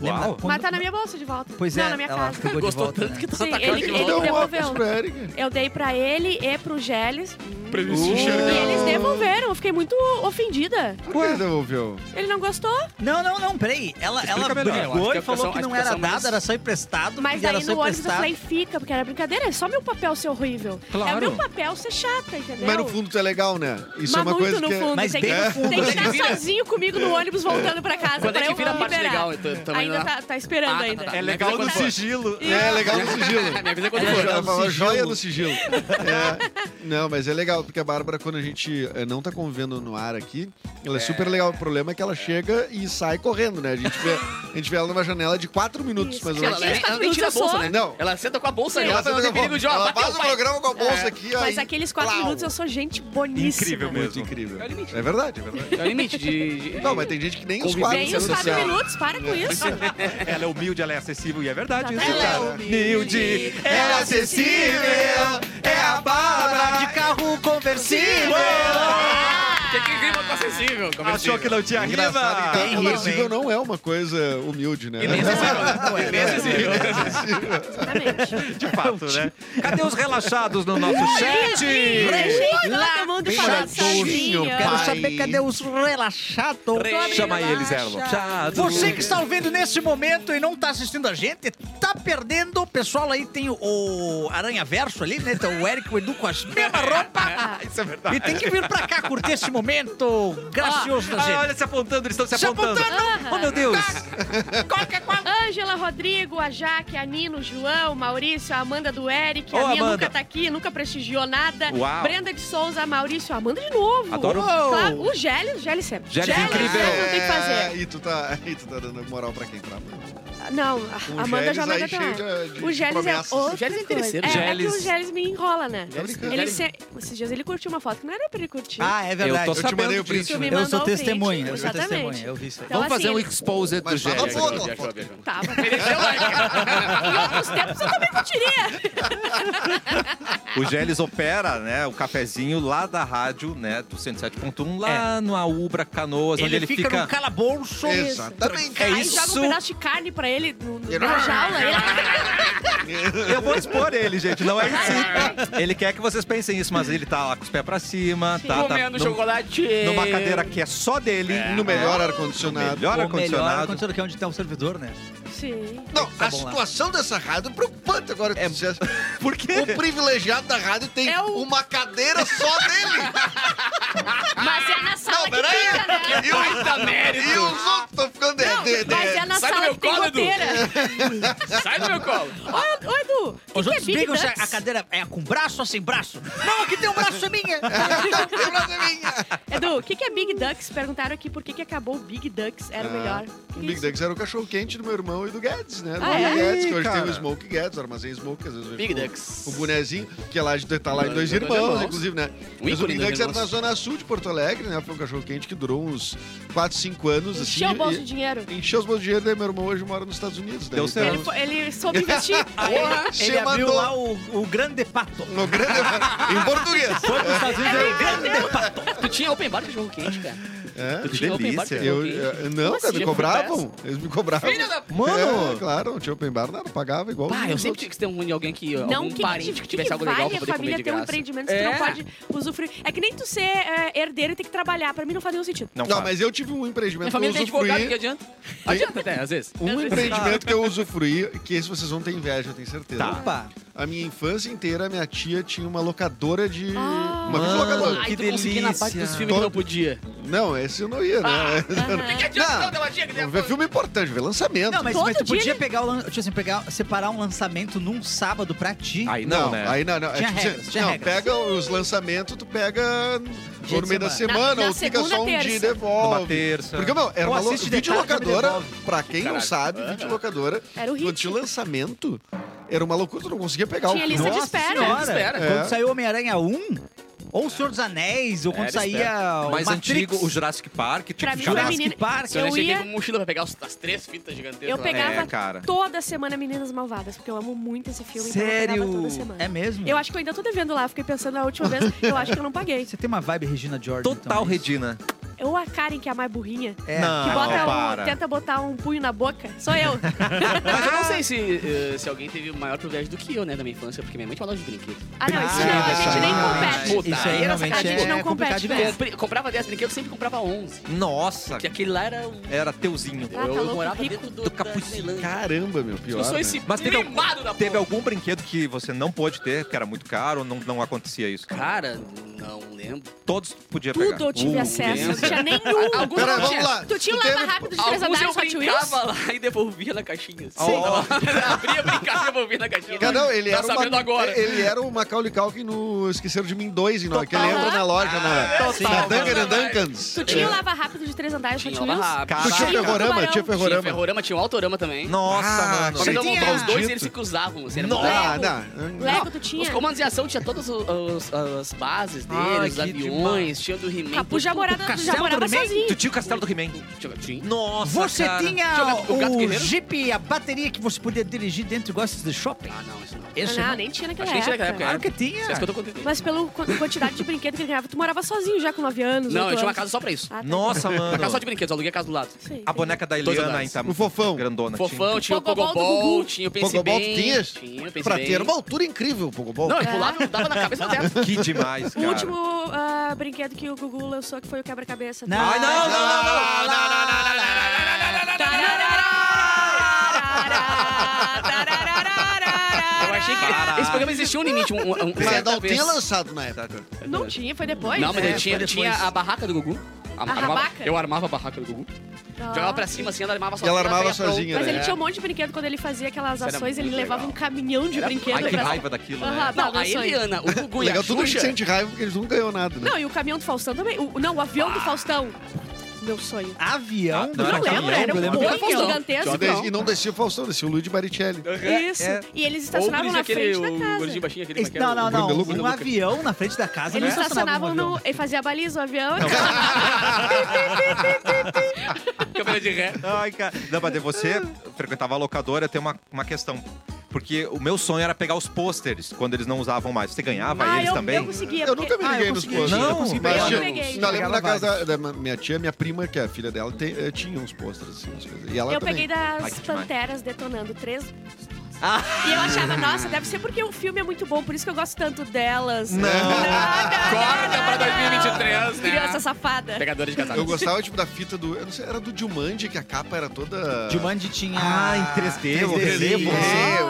Speaker 4: Lembra?
Speaker 1: Uau.
Speaker 2: Mas tá na minha bolsa de volta.
Speaker 4: Pois
Speaker 2: não,
Speaker 4: é,
Speaker 2: na minha
Speaker 4: ela
Speaker 2: casa.
Speaker 4: pegou de
Speaker 3: Gostou
Speaker 4: volta.
Speaker 3: tanto
Speaker 4: né?
Speaker 3: que tu
Speaker 2: Sim,
Speaker 3: tá
Speaker 2: ele-
Speaker 3: com
Speaker 2: ele
Speaker 3: aquilo.
Speaker 5: Dá um
Speaker 2: devolveu.
Speaker 5: óculos pra Eric.
Speaker 2: Eu dei pra ele e pro Geles.
Speaker 3: Pra ele
Speaker 5: se
Speaker 2: E
Speaker 5: enxergar.
Speaker 2: eles devolveram. Eu fiquei muito ofendida.
Speaker 5: Por que ele devolveu?
Speaker 2: Ele não gostou.
Speaker 4: Não, não, não, peraí. Ela,
Speaker 1: Explica
Speaker 4: ela
Speaker 1: melhor.
Speaker 3: Eu acho
Speaker 4: brigou e
Speaker 3: que a
Speaker 4: falou
Speaker 3: explicação-
Speaker 4: que não
Speaker 3: a
Speaker 4: era
Speaker 3: explicação mais-
Speaker 4: nada, era só emprestado.
Speaker 2: Mas
Speaker 4: que era
Speaker 2: aí
Speaker 4: só
Speaker 2: no ônibus eu
Speaker 4: emprestado.
Speaker 2: falei, fica, porque era brincadeira. É só meu papel ser horrível.
Speaker 1: Claro.
Speaker 2: É meu papel ser chata, entendeu?
Speaker 5: Mas no fundo tu é legal, né?
Speaker 2: Mas
Speaker 5: Isso é uma
Speaker 2: muito
Speaker 5: coisa
Speaker 2: no
Speaker 5: que. é-
Speaker 2: fundo.
Speaker 4: Mas
Speaker 2: tem,
Speaker 4: bem
Speaker 2: que,
Speaker 4: no fundo.
Speaker 2: tem que
Speaker 3: Quando é
Speaker 2: estar
Speaker 3: que vira?
Speaker 2: sozinho comigo no ônibus voltando pra casa.
Speaker 3: Quando
Speaker 2: pra
Speaker 3: é que
Speaker 2: eu
Speaker 3: vira a parte
Speaker 2: liberar.
Speaker 3: legal? Eu também
Speaker 2: ainda
Speaker 3: não-
Speaker 2: tá, tá esperando
Speaker 3: Ah, tá,
Speaker 2: ainda.
Speaker 3: tá, tá.
Speaker 1: É
Speaker 3: Mas
Speaker 1: legal
Speaker 3: quando
Speaker 1: no
Speaker 3: for.
Speaker 1: sigilo.
Speaker 5: É legal no sigilo.
Speaker 3: Minha vida
Speaker 5: Ela
Speaker 3: é quando
Speaker 5: fala
Speaker 3: for.
Speaker 5: joia no sigilo. É. Não, mas é legal, porque a Bárbara, quando a gente eh, não tá convivendo no ar aqui, ela é, super legal. O problema é que ela chega e sai correndo, né? A gente vê, a gente vê ela numa janela de quatro minutos,
Speaker 2: Isso.
Speaker 5: mais ou
Speaker 3: Ela,
Speaker 5: menos.
Speaker 2: Ela-
Speaker 3: nem- ela nem tira a bolsa, né?
Speaker 5: Não.
Speaker 3: Ela senta com a bolsa ali,
Speaker 5: Ela
Speaker 3: ela vai
Speaker 5: senta
Speaker 3: fazer
Speaker 5: com a
Speaker 3: perigo de
Speaker 5: mão.
Speaker 3: ó,
Speaker 5: Ela
Speaker 3: bateu
Speaker 5: faz o
Speaker 3: pai.
Speaker 5: programa com a bolsa
Speaker 3: É.
Speaker 5: aqui,
Speaker 2: Mas
Speaker 5: aí,
Speaker 2: aqueles quatro
Speaker 5: plau.
Speaker 2: minutos eu sou gente boníssima.
Speaker 1: Incrível mesmo.
Speaker 5: Muito incrível.
Speaker 3: É o limite.
Speaker 5: É verdade, é verdade.
Speaker 3: É o limite de... de-
Speaker 5: Não, mas tem gente que nem os
Speaker 3: Convivência
Speaker 5: quatro
Speaker 2: Nem os
Speaker 5: minutos
Speaker 2: quatro
Speaker 5: social.
Speaker 2: minutos, para com isso.
Speaker 1: Ela é humilde, ela é acessível e é verdade isso,
Speaker 2: Ela é
Speaker 1: cara. humilde,
Speaker 2: ela é
Speaker 1: acessível, é a Bárbara de
Speaker 4: carro conversível.
Speaker 2: é.
Speaker 3: Tem que rima com acessível.
Speaker 1: Achou que não tinha então. rima?
Speaker 5: Engraçado que
Speaker 4: Tem
Speaker 5: tá
Speaker 4: rima,
Speaker 5: conversível
Speaker 4: hein?
Speaker 5: não é uma coisa humilde, né?
Speaker 3: E nem
Speaker 2: assim,
Speaker 3: acessível. Não, é bem acessível.
Speaker 2: Exatamente.
Speaker 1: De fato, né? Cadê os relaxados no nosso chat?
Speaker 2: Gente, todo mundo
Speaker 5: bem
Speaker 2: falando
Speaker 5: chatinho,
Speaker 2: sozinho.
Speaker 5: cara.
Speaker 4: Quero
Speaker 5: Pai.
Speaker 4: saber cadê os relaxados.
Speaker 3: Re-
Speaker 2: abrindo
Speaker 1: Chama
Speaker 2: lá,
Speaker 1: eles, Erlon. Chato.
Speaker 4: Você que está ouvindo nesse momento e não está assistindo a gente, tá perdendo. O pessoal aí tem o- o Aranha Verso ali, né? Então o Eric e o Edu com as mesmas roupas.
Speaker 1: Isso é verdade.
Speaker 4: E tem que vir pra cá curtir esse momento gracioso da
Speaker 1: Ah,
Speaker 4: gente.
Speaker 1: olha, se apontando, eles estão se
Speaker 4: Se
Speaker 1: apontando.
Speaker 4: apontando.
Speaker 1: Oh, meu Deus.
Speaker 2: Ângela, Rodrigo, a Jaque, a Nino, o João, o Maurício, a Amanda do Eric,
Speaker 1: Ô,
Speaker 2: a minha
Speaker 1: Amanda.
Speaker 2: nunca tá aqui, nunca prestigiou nada.
Speaker 1: Uau.
Speaker 2: Brenda de Souza, Maurício, Amanda de novo.
Speaker 1: Adoro.
Speaker 2: Claro, o Gélis, Gélis sempre.
Speaker 1: Gélis incrível.
Speaker 2: sempre não tem que fazer.
Speaker 5: E tu tá, e tu tá dando moral pra quem tá. mano.
Speaker 2: Não,
Speaker 5: Com o
Speaker 2: a Amanda
Speaker 5: Gélis
Speaker 2: já não é
Speaker 5: aí
Speaker 2: aguenta mais.
Speaker 5: chega de-
Speaker 2: O
Speaker 5: de
Speaker 2: Gélis é
Speaker 5: promessas.
Speaker 2: outra
Speaker 3: O Gélis é
Speaker 2: coisa.
Speaker 3: interesseiro.
Speaker 2: É, é que
Speaker 1: Gélis-
Speaker 2: o Gélis me enrola, né?
Speaker 5: Tá brincando.
Speaker 2: Ele
Speaker 3: Gélis-
Speaker 2: se- Esses dias ele curtiu uma foto que não era pra ele curtir.
Speaker 4: Ah, é verdade.
Speaker 1: Eu tô
Speaker 5: Eu te mandei
Speaker 1: sabendo
Speaker 5: o print,
Speaker 1: disso.
Speaker 2: né?
Speaker 4: Eu sou
Speaker 2: mandou o print,
Speaker 4: testemunha, eu sou
Speaker 2: exatamente.
Speaker 4: testemunha, eu vi isso aí.
Speaker 2: Então,
Speaker 1: Vamos fazer
Speaker 2: assim,
Speaker 1: um exposed do
Speaker 5: Mas tava
Speaker 1: Jerry.
Speaker 5: fogo.
Speaker 3: Viajou, viajou, viajou.
Speaker 2: Tava. em outros tempos eu também curtiria.
Speaker 1: O Geles opera, né, o cafezinho lá da rádio, né, do 107.1, lá no Aubra Canoas, onde
Speaker 4: Ele,
Speaker 1: ele
Speaker 4: fica, no calabouço.
Speaker 5: Exatamente.
Speaker 1: É
Speaker 2: Aí
Speaker 1: isso.
Speaker 2: joga um pedaço de carne pra ele no, no, na jaula.
Speaker 1: Eu vou expor ele, gente, não é isso. Ele quer que vocês pensem isso, mas ele tá lá com os pés pra cima, tá, tá
Speaker 3: Comendo
Speaker 1: num-
Speaker 3: chocolate.
Speaker 1: numa cadeira que é só dele.
Speaker 5: No melhor
Speaker 1: No
Speaker 5: ar-condicionado.
Speaker 1: melhor
Speaker 4: O melhor
Speaker 1: ar-condicionado.
Speaker 4: ar-condicionado que é onde tá o servidor, né?
Speaker 2: Ele... é- Sim.
Speaker 5: Não,
Speaker 4: Tá
Speaker 5: a
Speaker 4: bom lá.
Speaker 5: situação dessa rádio é preocupante agora. que tu dissesse.
Speaker 1: Por
Speaker 5: O
Speaker 1: quê?
Speaker 5: privilegiado da rádio tem
Speaker 2: É o-
Speaker 5: uma cadeira só dele.
Speaker 2: Mas é na sala
Speaker 5: Não,
Speaker 2: que
Speaker 5: peraí.
Speaker 2: fica, né?
Speaker 5: E,
Speaker 3: Baita
Speaker 5: o-
Speaker 3: mérito.
Speaker 5: e os outros estão ficando... de-
Speaker 2: Não,
Speaker 5: de- de-
Speaker 2: mas é na
Speaker 3: Sai do
Speaker 2: sala
Speaker 3: meu
Speaker 2: que tem
Speaker 3: colo, Edu.
Speaker 2: goteira.
Speaker 3: Sai do meu colo.
Speaker 2: Ô, ô,
Speaker 4: Os
Speaker 2: Edu, o que, que é
Speaker 4: outros
Speaker 2: Big
Speaker 4: brigam se a,
Speaker 2: Ducks?
Speaker 4: a cadeira é com braço ou sem braço. Não, aqui tem um braço é minha.
Speaker 2: Edu, o que, que é Big Ducks? Perguntaram aqui por que, que acabou o Big Ducks, era o melhor. Que
Speaker 5: O Ah, Big
Speaker 2: isso?
Speaker 5: Ducks era o cachorro quente do meu irmão e do Guedes, né? Do
Speaker 2: Ah, é?
Speaker 5: Guedes, que hoje
Speaker 1: Ih,
Speaker 5: tem
Speaker 1: cara.
Speaker 5: o Smoke Guedes, o Armazém Smoke, que às vezes eu
Speaker 3: Big
Speaker 5: chamo
Speaker 3: Ducks.
Speaker 5: O bonezinho, que é lá de tá lá em
Speaker 3: Lá
Speaker 5: dois
Speaker 3: de Dois
Speaker 5: irmãos,
Speaker 3: Irmãos.
Speaker 5: inclusive, né?
Speaker 3: O
Speaker 5: Mas o
Speaker 3: ícone
Speaker 5: Big
Speaker 3: Dois
Speaker 5: Ducks era na
Speaker 3: Irmãos.
Speaker 5: zona sul de Porto Alegre, né? Foi um cachorro quente que durou uns 4, 5 anos, assim.
Speaker 2: Encheu o bolso de
Speaker 5: e-
Speaker 2: dinheiro.
Speaker 5: Encheu os bolsos de dinheiro, daí meu irmão hoje mora nos Estados Unidos. né?
Speaker 1: Deu
Speaker 5: Então,
Speaker 1: certo.
Speaker 2: Ele, foi- ele soube investir.
Speaker 5: Você
Speaker 4: Ele abriu
Speaker 5: mandou.
Speaker 4: lá o, o Grande Pato.
Speaker 5: No grande... em português.
Speaker 4: Foi
Speaker 1: É.
Speaker 4: pros Estados Unidos, era o Grande Pato.
Speaker 3: Tu tinha open bar de cachorro quente, cara.
Speaker 5: É?
Speaker 3: Tu tinha open bar de
Speaker 1: delícia.
Speaker 5: Eu,
Speaker 3: cachorro quente.
Speaker 5: eu- não,
Speaker 3: Como
Speaker 5: cara,
Speaker 3: assim?
Speaker 5: me cobravam. Eles me cobravam.
Speaker 3: Filha da-
Speaker 1: Mano!
Speaker 5: É, claro, não tinha open bar, nada, pagava igual.
Speaker 3: Pá, eu
Speaker 5: os
Speaker 3: sempre tinha que ter um de alguém que.
Speaker 2: Não,
Speaker 3: algum
Speaker 2: que,
Speaker 3: parente
Speaker 2: que,
Speaker 3: que
Speaker 2: que,
Speaker 3: tivesse algo legal
Speaker 2: vale
Speaker 3: pra
Speaker 2: a
Speaker 3: poder comer
Speaker 2: família
Speaker 3: de
Speaker 2: ter um
Speaker 3: graça.
Speaker 2: empreendimento que tu não pode usufruir? É que nem tu ser é, herdeiro e ter que trabalhar. Pra mim não faz nenhum sentido.
Speaker 1: Não,
Speaker 5: Não,
Speaker 1: faz.
Speaker 5: mas eu tive um empreendimento
Speaker 3: Minha
Speaker 5: que eu
Speaker 3: família tem advogado, que
Speaker 5: usufruí.
Speaker 3: é adianta? Adianta até, às vezes.
Speaker 5: Um empreendimento que eu usufruí, que esse vocês vão ter inveja, eu tenho certeza.
Speaker 1: Tá.
Speaker 4: Opa.
Speaker 5: A minha infância inteira, minha tia tinha uma locadora de.
Speaker 2: Ah.
Speaker 5: uma
Speaker 1: Mano.
Speaker 5: videolocadora.
Speaker 3: Aí
Speaker 1: Que
Speaker 3: tu conseguia na parte
Speaker 1: delícia. É.
Speaker 3: dos filmes que não podia.
Speaker 5: Não, esse eu não ia, né?
Speaker 3: Ah.
Speaker 2: Aham.
Speaker 3: Que adianta
Speaker 5: Não.
Speaker 3: não ter uma tia que tem
Speaker 5: Vamos ver filme importante, ver lançamento.
Speaker 4: Não, mas,
Speaker 2: Todo
Speaker 4: mas tu
Speaker 2: dia
Speaker 4: podia
Speaker 2: ele-
Speaker 4: pegar, o lan- tipo assim, pegar, separar um lançamento num sábado pra ti.
Speaker 1: Aí não, né?
Speaker 5: Aí não, não.
Speaker 4: Tinha
Speaker 5: assim,
Speaker 4: regras, tinha
Speaker 5: não,
Speaker 4: regras.
Speaker 5: pega os lançamentos, tu pega
Speaker 4: Dia
Speaker 5: ou
Speaker 4: de
Speaker 5: no meio da
Speaker 4: semana.
Speaker 5: semana,
Speaker 2: Na- na
Speaker 5: ou fica
Speaker 2: segunda,
Speaker 5: só um dia e
Speaker 2: terça.
Speaker 5: devolve.
Speaker 1: Numa terça.
Speaker 5: Porque, meu, era
Speaker 4: Ou
Speaker 5: uma lo-
Speaker 4: assiste de
Speaker 5: videolocadora,
Speaker 4: tarde, devolve.
Speaker 5: pra quem não
Speaker 3: Caralho.
Speaker 5: sabe, videolocadora,
Speaker 2: Era o hit.
Speaker 5: quando tinha o lançamento, era uma loucura, tu não conseguia pegar
Speaker 2: Tinha
Speaker 5: o
Speaker 2: lista de espera.
Speaker 4: Senhora,
Speaker 3: Espera.
Speaker 5: É.
Speaker 4: Quando saiu Homem-Aranha 1, ou O Senhor dos Anéis, ou quando
Speaker 3: Era
Speaker 4: saía o
Speaker 1: Mais
Speaker 4: Matrix,
Speaker 1: antigo, o Jurassic Park. tipo Tinha
Speaker 2: Pra
Speaker 1: que
Speaker 2: mim,
Speaker 1: ficar
Speaker 2: pra
Speaker 1: lá.
Speaker 4: Jurassic
Speaker 2: menina,
Speaker 4: Park,
Speaker 3: Eu
Speaker 2: eu
Speaker 3: cheguei
Speaker 2: ia
Speaker 3: com mochila pra pegar os- as três fitas gigantescas.
Speaker 2: Eu
Speaker 3: lá.
Speaker 2: pegava
Speaker 1: É, cara.
Speaker 2: toda semana Meninas Malvadas, porque eu amo muito esse filme. Então eu pegava
Speaker 4: Sério?
Speaker 2: toda semana.
Speaker 4: É mesmo?
Speaker 2: Eu acho que eu ainda tô devendo lá, fiquei pensando na última vez, eu acho que eu não paguei.
Speaker 4: Você tem uma vibe Regina George,
Speaker 1: Total
Speaker 4: então, é isso?
Speaker 1: Regina.
Speaker 2: Ou a Karen, que é a mais burrinha,
Speaker 4: É.
Speaker 1: Não,
Speaker 2: que
Speaker 3: Ah,
Speaker 2: bota
Speaker 1: para.
Speaker 2: um, tenta botar um punho na boca, sou eu.
Speaker 3: Mas eu não sei se, eh, se alguém teve maior privilégio do que eu, né, da minha infância, porque minha mãe tinha uma loja de brinquedos.
Speaker 2: Ah, não, isso
Speaker 4: Ah,
Speaker 2: não, a
Speaker 5: isso
Speaker 2: gente
Speaker 5: aí
Speaker 2: nem
Speaker 5: realmente.
Speaker 2: compete.
Speaker 3: Puta,
Speaker 4: Isso
Speaker 3: aí
Speaker 4: aí
Speaker 3: era
Speaker 4: realmente
Speaker 2: sacanagem, a gente
Speaker 4: é
Speaker 2: não compete
Speaker 4: complicado
Speaker 2: com
Speaker 4: demais.
Speaker 2: essa.
Speaker 3: Compre- comprava 10 brinquedos, sempre comprava 11.
Speaker 1: Nossa,
Speaker 3: Porque aquele lá era um...
Speaker 1: era teuzinho.
Speaker 2: Ah, tá
Speaker 3: eu
Speaker 2: louco,
Speaker 3: morava
Speaker 2: rico.
Speaker 3: dentro do,
Speaker 1: Do
Speaker 3: da
Speaker 1: capuzinho.
Speaker 3: Tailândia.
Speaker 5: Caramba, meu, pior.
Speaker 3: Eu sou
Speaker 5: né?
Speaker 3: esse
Speaker 1: Mas teve, algum-
Speaker 3: mimado da
Speaker 1: teve
Speaker 3: porra.
Speaker 1: algum brinquedo que você não pôde ter, que era muito caro, não, não acontecia isso?
Speaker 3: Cara, não lembro.
Speaker 1: Todos podia pegar.
Speaker 2: Tudo eu tive
Speaker 1: Um,
Speaker 2: acesso.
Speaker 3: Deus.
Speaker 2: Não tinha nenhum.
Speaker 3: Alguns
Speaker 5: Pera,
Speaker 3: eu
Speaker 5: vamos
Speaker 3: tinha.
Speaker 5: lá.
Speaker 2: Tu tinha o
Speaker 5: Tu
Speaker 2: lava
Speaker 5: teve-
Speaker 2: rápido de três
Speaker 3: Alguns eu
Speaker 2: andares Hot Wheels?
Speaker 3: brincava lá e devolvia na caixinha. Assim.
Speaker 1: Sim.
Speaker 3: Tava- Abria, brincava e devolvia na caixinha.
Speaker 5: Cara, não, ele
Speaker 3: tá
Speaker 5: era
Speaker 3: sabendo
Speaker 5: uma, É,
Speaker 3: agora.
Speaker 5: Ele era o Macaulay Culkin no Esqueceram de Mim 2, em Nova- que ele
Speaker 2: Total.
Speaker 5: entra na loja, na,
Speaker 3: Total,
Speaker 5: na
Speaker 3: cara.
Speaker 5: Dunkin' and Duncan's.
Speaker 2: Tu tinha o lava rápido de três andares Hot
Speaker 3: É. Tinha
Speaker 2: Wheels?
Speaker 3: o Lava Rápido.
Speaker 1: Tu
Speaker 5: Tu tinha
Speaker 2: Tinha o
Speaker 5: Ferrorama,
Speaker 2: tubarão.
Speaker 5: tinha
Speaker 3: Tinha o
Speaker 5: Ferrorama.
Speaker 3: Ferrorama, tinha o Autorama também.
Speaker 1: Nossa,
Speaker 5: Ah,
Speaker 1: mano.
Speaker 5: Sim,
Speaker 3: Quando eu
Speaker 5: tinha.
Speaker 3: montar os dois,
Speaker 5: Dito.
Speaker 3: eles se cruzavam. Assim, era muito legal.
Speaker 5: Não,
Speaker 2: Lego.
Speaker 5: não.
Speaker 2: Lego tu tinha?
Speaker 3: Os comandos de ação tinha todas os- os- as bases dele,
Speaker 1: Ah,
Speaker 3: os
Speaker 1: que
Speaker 3: aviões,
Speaker 1: demais.
Speaker 3: tinha o do He-Man.
Speaker 2: Capu já
Speaker 3: tudo.
Speaker 2: morava,
Speaker 4: Castelo
Speaker 2: já morava
Speaker 4: do He-Man?
Speaker 2: sozinho.
Speaker 1: Tu tinha o castelo do He-Man.
Speaker 3: Tinha- tinha.
Speaker 1: Nossa,
Speaker 4: Você
Speaker 1: cara.
Speaker 4: tinha
Speaker 3: Joga- o Gato
Speaker 4: o
Speaker 3: Guerreiro?
Speaker 4: Jeep e a bateria que você podia dirigir dentro igual esses de shopping?
Speaker 3: Ah, não, isso não. Isso
Speaker 4: Esse
Speaker 2: não,
Speaker 4: não.
Speaker 2: nem tinha naquela
Speaker 3: Acho que
Speaker 2: época.
Speaker 3: tinha naquela época.
Speaker 4: Claro que tinha.
Speaker 3: é isso que eu tô contando.
Speaker 2: Mas pela quantidade de brinquedo que ele ganhava, tu morava sozinho já com 9 anos,
Speaker 3: Não,
Speaker 2: oito
Speaker 3: eu tinha uma
Speaker 2: anos.
Speaker 3: casa só pra isso.
Speaker 2: Ah, tá.
Speaker 1: Nossa,
Speaker 3: Uma casa só
Speaker 1: mano.
Speaker 3: de brinquedos, eu aluguei a casa do lado.
Speaker 2: Isso aí.
Speaker 1: A boneca da
Speaker 3: Dois
Speaker 1: Eliana
Speaker 3: andares.
Speaker 1: em tamanho.
Speaker 5: O Fofão.
Speaker 1: Grandona. tinha.
Speaker 3: Fofão, tinha o
Speaker 2: Pogobol do
Speaker 3: Pogobol,
Speaker 2: Gugu.
Speaker 3: tinha o Pense
Speaker 5: Pogobol tu
Speaker 3: Bem.
Speaker 5: tinhas?
Speaker 3: Tinha o Pense
Speaker 5: Pra
Speaker 3: Bem.
Speaker 5: ter uma altura incrível, o Pogobol.
Speaker 3: Não, eu pulava, dava na cabeça do teto.
Speaker 1: Que demais,
Speaker 2: O
Speaker 1: cara.
Speaker 2: último ah, brinquedo que o Gugu lançou que foi o quebra-cabeça.
Speaker 4: Não.
Speaker 1: Ai, não, não, não, não.
Speaker 3: Eu achei que esse programa existia um limite. Um, um, um,
Speaker 5: Mas é
Speaker 3: certa
Speaker 5: não
Speaker 3: vez.
Speaker 5: tinha lançado na época.
Speaker 2: Não tinha, foi depois.
Speaker 3: Não, mas
Speaker 2: né?
Speaker 3: ele tinha,
Speaker 4: foi
Speaker 3: tinha
Speaker 4: depois.
Speaker 3: a barraca do Gugu. A-
Speaker 2: A
Speaker 3: armava-
Speaker 2: rabaca?
Speaker 3: eu armava a barraca do Gugu. Jogava pra cima assim, ela armava sozinha.
Speaker 5: ela armava
Speaker 3: saía pronta.
Speaker 5: sozinha,
Speaker 2: Mas
Speaker 5: né?
Speaker 2: ele tinha um monte de brinquedo quando ele fazia aquelas
Speaker 3: Era
Speaker 2: ações, ele
Speaker 3: muito
Speaker 2: levava
Speaker 3: legal.
Speaker 2: um caminhão de
Speaker 3: Era-
Speaker 2: brinquedo.
Speaker 1: Ai, que
Speaker 2: pra-
Speaker 1: raiva daquilo,
Speaker 2: Aham,
Speaker 1: né?
Speaker 3: Não, a
Speaker 2: balançou ele.
Speaker 3: Eliana, o Gugu e a
Speaker 5: Legal, tudo que
Speaker 3: Xuxa.
Speaker 5: sente raiva porque eles não ganham nada, né?
Speaker 2: Não, e o caminhão do Faustão também. O- não, o avião do
Speaker 3: Ah.
Speaker 2: Faustão. Meu sonho.
Speaker 4: Avião?
Speaker 1: Ah, era
Speaker 2: Não, lembro,
Speaker 1: caminhão,
Speaker 2: era
Speaker 1: eu
Speaker 2: um
Speaker 1: lembro.
Speaker 2: boi
Speaker 3: Faustão.
Speaker 5: E
Speaker 2: gigantesco.
Speaker 5: daí- E não descia o Faustão, descia o Luiz de Baricelli.
Speaker 2: Isso.
Speaker 1: É.
Speaker 2: E eles
Speaker 3: Ou o
Speaker 2: estacionavam
Speaker 3: gurizinho
Speaker 2: na
Speaker 3: aquele,
Speaker 2: frente né, da
Speaker 3: o
Speaker 2: casa.
Speaker 3: gurizinho baixinho, aquele
Speaker 4: Esse-
Speaker 3: como é que
Speaker 4: Não,
Speaker 3: era?
Speaker 4: não, não.
Speaker 5: O Gumeluco,
Speaker 4: Um
Speaker 5: Gumeluco.
Speaker 4: avião na frente da casa,
Speaker 2: Eles
Speaker 4: né?
Speaker 2: estacionavam
Speaker 4: um
Speaker 2: no.
Speaker 4: avião.
Speaker 2: Ele fazia a baliza, o avião.
Speaker 3: Câmera de ré.
Speaker 1: Ai, cara. Não, mas de você frequentava a locadora, tem uma, uma questão. Porque o meu sonho era pegar os pôsteres quando eles não usavam mais. Você ganhava
Speaker 2: ah,
Speaker 1: eles
Speaker 2: eu,
Speaker 1: também?
Speaker 2: eu conseguia.
Speaker 5: Eu nunca me
Speaker 4: Ah, eu
Speaker 5: liguei nos
Speaker 4: consegui,
Speaker 5: postos.
Speaker 1: eu Não, consegui
Speaker 5: mas
Speaker 1: pegar.
Speaker 5: tinha-
Speaker 2: Eu peguei.
Speaker 5: Não, eu lembro
Speaker 4: Pegava
Speaker 5: da casa
Speaker 4: vários.
Speaker 5: da ma- minha tia, minha prima, que é a filha dela, tem- eh, tinha uns posters assim. umas coisas. E ela
Speaker 2: Eu
Speaker 5: também.
Speaker 2: peguei das
Speaker 1: Ai, que demais.
Speaker 2: Panteras detonando três. E eu achava, nossa, deve ser porque o filme é muito bom, por isso que eu gosto tanto delas.
Speaker 1: Não.
Speaker 3: Corta pra 2023, né?
Speaker 2: Criança safada.
Speaker 3: Pegadora de
Speaker 5: Eu
Speaker 3: casamento.
Speaker 5: gostava, tipo, da fita do. Eu não sei, era do Jumanji, que a capa era toda.
Speaker 4: Jumanji tinha...
Speaker 1: Ah, em 3D, o relevo.
Speaker 5: Relevo,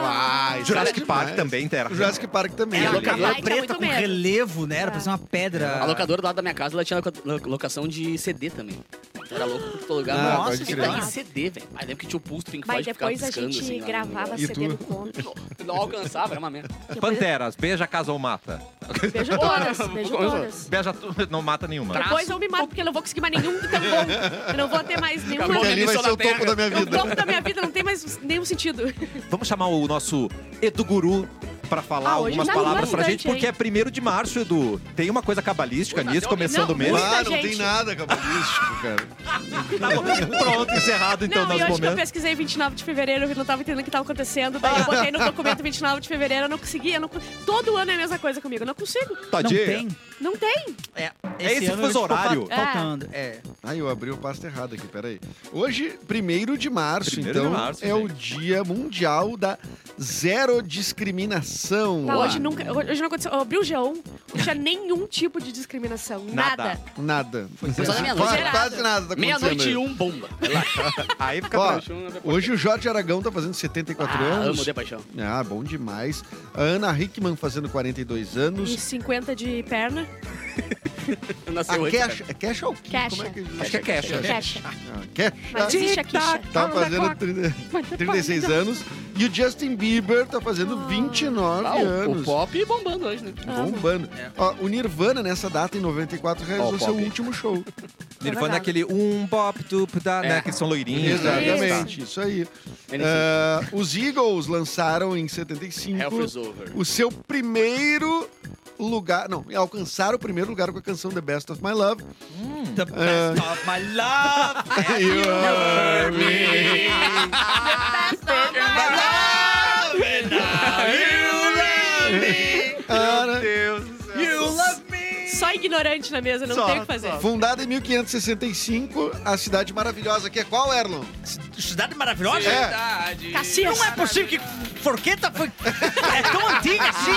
Speaker 5: ah, isso era
Speaker 1: Jurassic Park
Speaker 5: demais.
Speaker 1: também era.
Speaker 5: O Jurassic Park também.
Speaker 3: É,
Speaker 2: Era
Speaker 5: né?
Speaker 2: o cavalo.
Speaker 4: Capa
Speaker 2: Ai, tinha
Speaker 4: É, preta
Speaker 2: muito É.
Speaker 4: com
Speaker 2: medo.
Speaker 4: relevo, né? Era pra ser uma pedra.
Speaker 3: A locadora do lado da minha casa, ela tinha loca- lo- locação de CD também. Então Era louco porque tu alugava.
Speaker 5: Ah,
Speaker 3: Nossa,
Speaker 5: pode
Speaker 3: que
Speaker 5: crer.
Speaker 3: tem CD, velho. Aí lembro que tinha o pulso do Pink
Speaker 2: Mas
Speaker 3: Floyd que ficava
Speaker 2: depois a
Speaker 3: piscando,
Speaker 2: gente
Speaker 3: assim, lá no-
Speaker 2: gravava
Speaker 5: E
Speaker 2: CD
Speaker 5: tu?
Speaker 2: do ponto.
Speaker 3: Não alcançava, era uma merda.
Speaker 1: Panteras, beija casa ou mata.
Speaker 2: Beijo todas, beijo todas.
Speaker 1: Beija tu, não mata nenhuma.
Speaker 3: Tra-
Speaker 2: Depois eu me mato porque eu não vou conseguir mais nenhum tão bom. Eu não vou ter mais nenhum.
Speaker 3: Acabou.
Speaker 5: Porque ali vai
Speaker 3: Só
Speaker 5: ser
Speaker 3: na
Speaker 5: o topo
Speaker 3: terra.
Speaker 5: da minha
Speaker 2: É O
Speaker 5: vida.
Speaker 2: topo da minha vida não tem mais nenhum sentido.
Speaker 1: Vamos chamar o nosso Edu Guru pra falar
Speaker 2: Ah, hoje
Speaker 1: algumas
Speaker 2: tá
Speaker 1: palavras pra
Speaker 2: bastante,
Speaker 1: gente, porque
Speaker 2: hein?
Speaker 1: é 1 de março, Edu. Tem uma coisa cabalística
Speaker 3: Puta,
Speaker 1: nisso,
Speaker 3: tem
Speaker 1: começando o
Speaker 2: alguém-
Speaker 1: mês.
Speaker 2: Não,
Speaker 5: Claro, não tem
Speaker 2: gente.
Speaker 5: nada cabalístico, cara.
Speaker 1: Tá bom. Pronto, encerrado então
Speaker 2: não, e
Speaker 1: nosso
Speaker 2: hoje que eu
Speaker 1: momento.
Speaker 2: pesquisei 29 de fevereiro, eu não tava entendendo o que tava acontecendo. Daí eu botei no documento 29 de fevereiro, eu não conseguia. Não... co- Todo ano é a mesma coisa comigo, eu não consigo.
Speaker 4: Não
Speaker 1: Tadinha.
Speaker 4: tem.
Speaker 2: Não tem.
Speaker 4: É,
Speaker 1: É esse
Speaker 4: ano
Speaker 1: fuso
Speaker 4: ele ficou fa-
Speaker 1: horário.
Speaker 4: Faltando. É.
Speaker 5: Ai, eu abri o pasto errado aqui, peraí. Hoje, 1 de março,
Speaker 1: 1º de
Speaker 5: então,
Speaker 1: março,
Speaker 5: é
Speaker 1: gente.
Speaker 5: o Dia Mundial da Zero Discriminação.
Speaker 2: Tá, hoje nunca. Hoje não aconteceu. Eu abri o G1, não tinha nenhum tipo de discriminação.
Speaker 1: Nada.
Speaker 2: Nada.
Speaker 5: Nada.
Speaker 3: Foi só na minha
Speaker 5: Quase,
Speaker 3: noite.
Speaker 5: quase nada tá acontecendo.
Speaker 3: Meia-noite
Speaker 5: aí.
Speaker 3: e um, bomba. um,
Speaker 1: Aí fica
Speaker 5: Ó,
Speaker 1: tranquilo.
Speaker 5: hoje o Jorge Aragão tá fazendo 74
Speaker 3: Ah,
Speaker 5: anos.
Speaker 3: amo de paixão.
Speaker 5: Ah, bom demais. A Ana Hickman fazendo 42
Speaker 2: E
Speaker 5: anos.
Speaker 2: 50 de perna.
Speaker 5: A
Speaker 3: Nasceu hoje.
Speaker 5: Kesha... É Kesha ou Kesha? Como é que
Speaker 1: Acho que é Kesha.
Speaker 2: Fecha.
Speaker 5: Ah,
Speaker 2: Mas
Speaker 5: Kesha
Speaker 2: existe a quicha.
Speaker 5: tá fazendo 30
Speaker 2: então.
Speaker 5: 36 anos. E o Justin Bieber tá fazendo
Speaker 2: Ah.
Speaker 5: 29
Speaker 3: Ah, o, o
Speaker 5: anos.
Speaker 3: pop bombando hoje, né?
Speaker 5: Bombando. Ó, o Nirvana, nessa data, em 94, realizou
Speaker 1: Ó, o
Speaker 5: seu
Speaker 1: pop.
Speaker 5: último show.
Speaker 1: Nirvana é aquele um bop tup da,
Speaker 3: É.
Speaker 1: né? Que são loirinhos.
Speaker 5: Exatamente, isso aí. Ah, os Eagles lançaram em 75
Speaker 3: Health is over.
Speaker 5: o seu primeiro lugar. Não, alcançaram o primeiro lugar com a canção The Best of My Love. Hum.
Speaker 4: The
Speaker 5: É.
Speaker 4: best of my love.
Speaker 5: You are me.
Speaker 1: Tá. Meu
Speaker 5: Cara,
Speaker 1: Deus do céu.
Speaker 4: You love me.
Speaker 2: Só ignorante na mesa, não
Speaker 1: Só,
Speaker 2: tem o que fazer.
Speaker 5: Fundada em 1565, a cidade maravilhosa que é qual, Erlon?
Speaker 4: Cidade maravilhosa?
Speaker 5: É.
Speaker 3: Verdade.
Speaker 2: Caxias.
Speaker 4: Não é possível que forqueta foi... é tão antiga assim.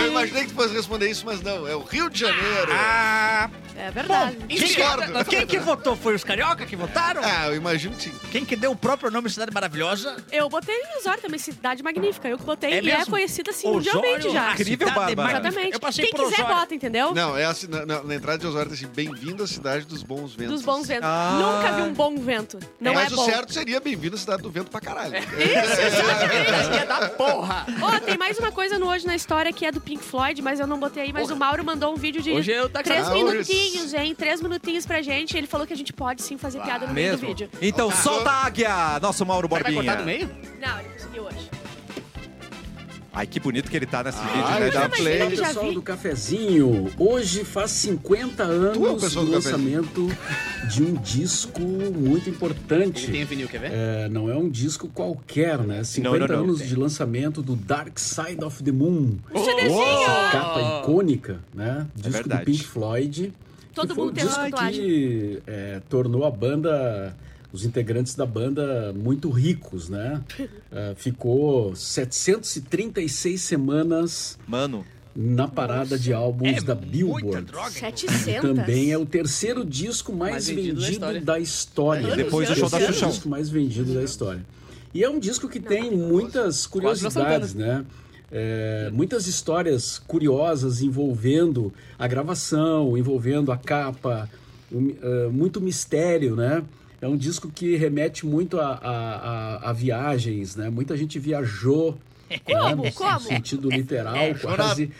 Speaker 5: Eu imaginei que tu fosse responder isso, mas não. É o Rio de Janeiro.
Speaker 4: Ah,
Speaker 2: É verdade.
Speaker 4: quem, que-
Speaker 5: Discordo.
Speaker 4: quem que votou? Foi os carioca que votaram?
Speaker 5: Ah, eu imagino que sim.
Speaker 4: Quem que deu o próprio nome Cidade Maravilhosa?
Speaker 2: Eu botei em Osório também, Cidade Magnífica. Eu que botei
Speaker 4: É
Speaker 2: e é
Speaker 4: mesmo?
Speaker 2: conhecida assim
Speaker 4: Osório?
Speaker 2: mundialmente já.
Speaker 1: Acredito. Incrível,
Speaker 4: Cidade
Speaker 1: Bárbara.
Speaker 4: Magnífica.
Speaker 2: Exatamente.
Speaker 4: Eu passei
Speaker 2: Quem
Speaker 4: por
Speaker 2: quiser,
Speaker 4: Osório.
Speaker 2: bota, entendeu?
Speaker 5: Não, é assim, na, na- na entrada de Osório tem assim, bem-vindo à cidade dos bons ventos.
Speaker 2: Dos bons ventos.
Speaker 1: Ah.
Speaker 2: Nunca vi um bom vento. Não é,
Speaker 5: Mas o
Speaker 2: bom. É.
Speaker 5: certo seria bem-vindo à cidade do vento pra caralho.
Speaker 3: Cidadania é da porra.
Speaker 2: Ó, tem mais uma coisa no Hoje na História que é do Pink Floyd, mas eu não botei aí. Mas o Mauro mandou um vídeo de
Speaker 3: Hoje eu tá
Speaker 2: três
Speaker 5: Ah, hoje-
Speaker 2: minutinhos, hein? Três minutinhos pra gente. Ele falou que a gente pode sim fazer piada no meio do
Speaker 1: Mesmo?
Speaker 2: vídeo. Tá.
Speaker 1: Então solta a águia, nosso Mauro
Speaker 3: Vai cortar
Speaker 1: Borbinha.
Speaker 3: no meio?
Speaker 2: Não, ele conseguiu hoje.
Speaker 1: Ai, que bonito que ele tá nesse vídeo,
Speaker 5: Ah,
Speaker 1: né?
Speaker 5: eu
Speaker 1: Dá
Speaker 5: já
Speaker 1: um play.
Speaker 2: imaginei. Eu já
Speaker 6: pessoal
Speaker 2: vi.
Speaker 6: do cafezinho, hoje faz 50
Speaker 5: Tu é o
Speaker 6: anos
Speaker 5: pessoal
Speaker 6: do
Speaker 5: do Cafezinho.
Speaker 6: lançamento de um disco muito importante.
Speaker 3: Ele tem o vinil, quer ver?
Speaker 6: É, não é um disco qualquer, né? 50
Speaker 1: não, não.
Speaker 6: anos de lançamento do Dark Side of the Moon.
Speaker 2: Um CDzinho!
Speaker 6: Capa icônica, né? Disco do
Speaker 1: verdade.
Speaker 6: Pink Floyd.
Speaker 2: Todo
Speaker 6: que foi
Speaker 2: mundo
Speaker 6: o
Speaker 2: tem essa
Speaker 6: disco
Speaker 2: tatuagem.
Speaker 6: que é, tornou a banda, os integrantes da banda, muito ricos, né? É, ficou 736 semanas
Speaker 1: Mano,
Speaker 6: na parada de
Speaker 3: É
Speaker 6: álbuns da Billboard.
Speaker 4: droga.
Speaker 2: 700.
Speaker 6: Também é o terceiro disco mais,
Speaker 3: Mais vendido
Speaker 6: vendido,
Speaker 3: da história.
Speaker 6: da história.
Speaker 1: E depois
Speaker 2: do show da
Speaker 6: Terceiro
Speaker 1: Xuxão.
Speaker 6: disco mais vendido da história. E é um disco que tem muitas curiosidades, né? É, muitas histórias curiosas envolvendo a gravação, envolvendo a capa, um, eh, muito mistério, né? É um disco que remete muito a, a- a- a viagens, né? Muita gente viajou.
Speaker 2: Como?
Speaker 6: né?
Speaker 2: Como?
Speaker 6: No sentido literal, quase.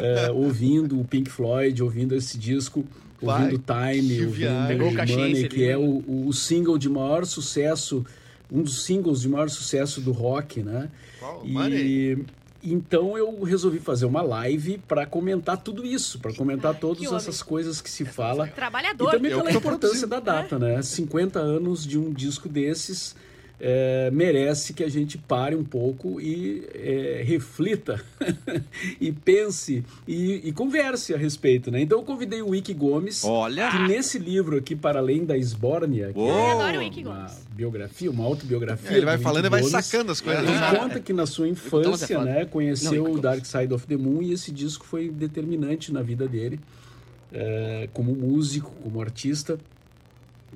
Speaker 6: eh, ouvindo o Pink Floyd, ouvindo esse disco,
Speaker 5: Vai,
Speaker 6: ouvindo Time,
Speaker 5: que viagem.
Speaker 6: ouvindo
Speaker 3: Pegou o
Speaker 6: Money,
Speaker 3: cachimbo ali,
Speaker 6: que
Speaker 3: né?
Speaker 6: é o, o single de maior sucesso, um dos singles de maior sucesso do rock, né?
Speaker 5: Qual? Money?
Speaker 6: E então eu resolvi fazer uma live para comentar tudo isso, para comentar
Speaker 2: Ai,
Speaker 6: todas
Speaker 2: que homem.
Speaker 6: essas coisas que se fala e
Speaker 2: Trabalhador.
Speaker 6: também
Speaker 5: Eu
Speaker 6: pela
Speaker 5: que tô
Speaker 6: importância da data, né? 50 anos de um disco desses é, merece que a gente pare um pouco e é, reflita e pense e, e converse a respeito, né? Então eu convidei o Wiki Gomes,
Speaker 1: olha.
Speaker 6: que nesse livro aqui, Para Além da Esbórnia, que
Speaker 1: Uou.
Speaker 2: Eu
Speaker 6: é
Speaker 2: adoro o Wiki
Speaker 6: uma
Speaker 2: Gomes.
Speaker 6: biografia, uma autobiografia.
Speaker 5: Ele vai
Speaker 6: do
Speaker 5: falando e
Speaker 6: Wiki
Speaker 5: vai
Speaker 6: Gomes.
Speaker 5: sacando as coisas.
Speaker 6: Ele conta que na sua
Speaker 3: Thomas é
Speaker 6: infância,
Speaker 3: foda.
Speaker 6: né, conheceu
Speaker 3: Não,
Speaker 6: o Dark Side of the Moon e esse disco foi determinante na vida dele, é, como músico, como artista,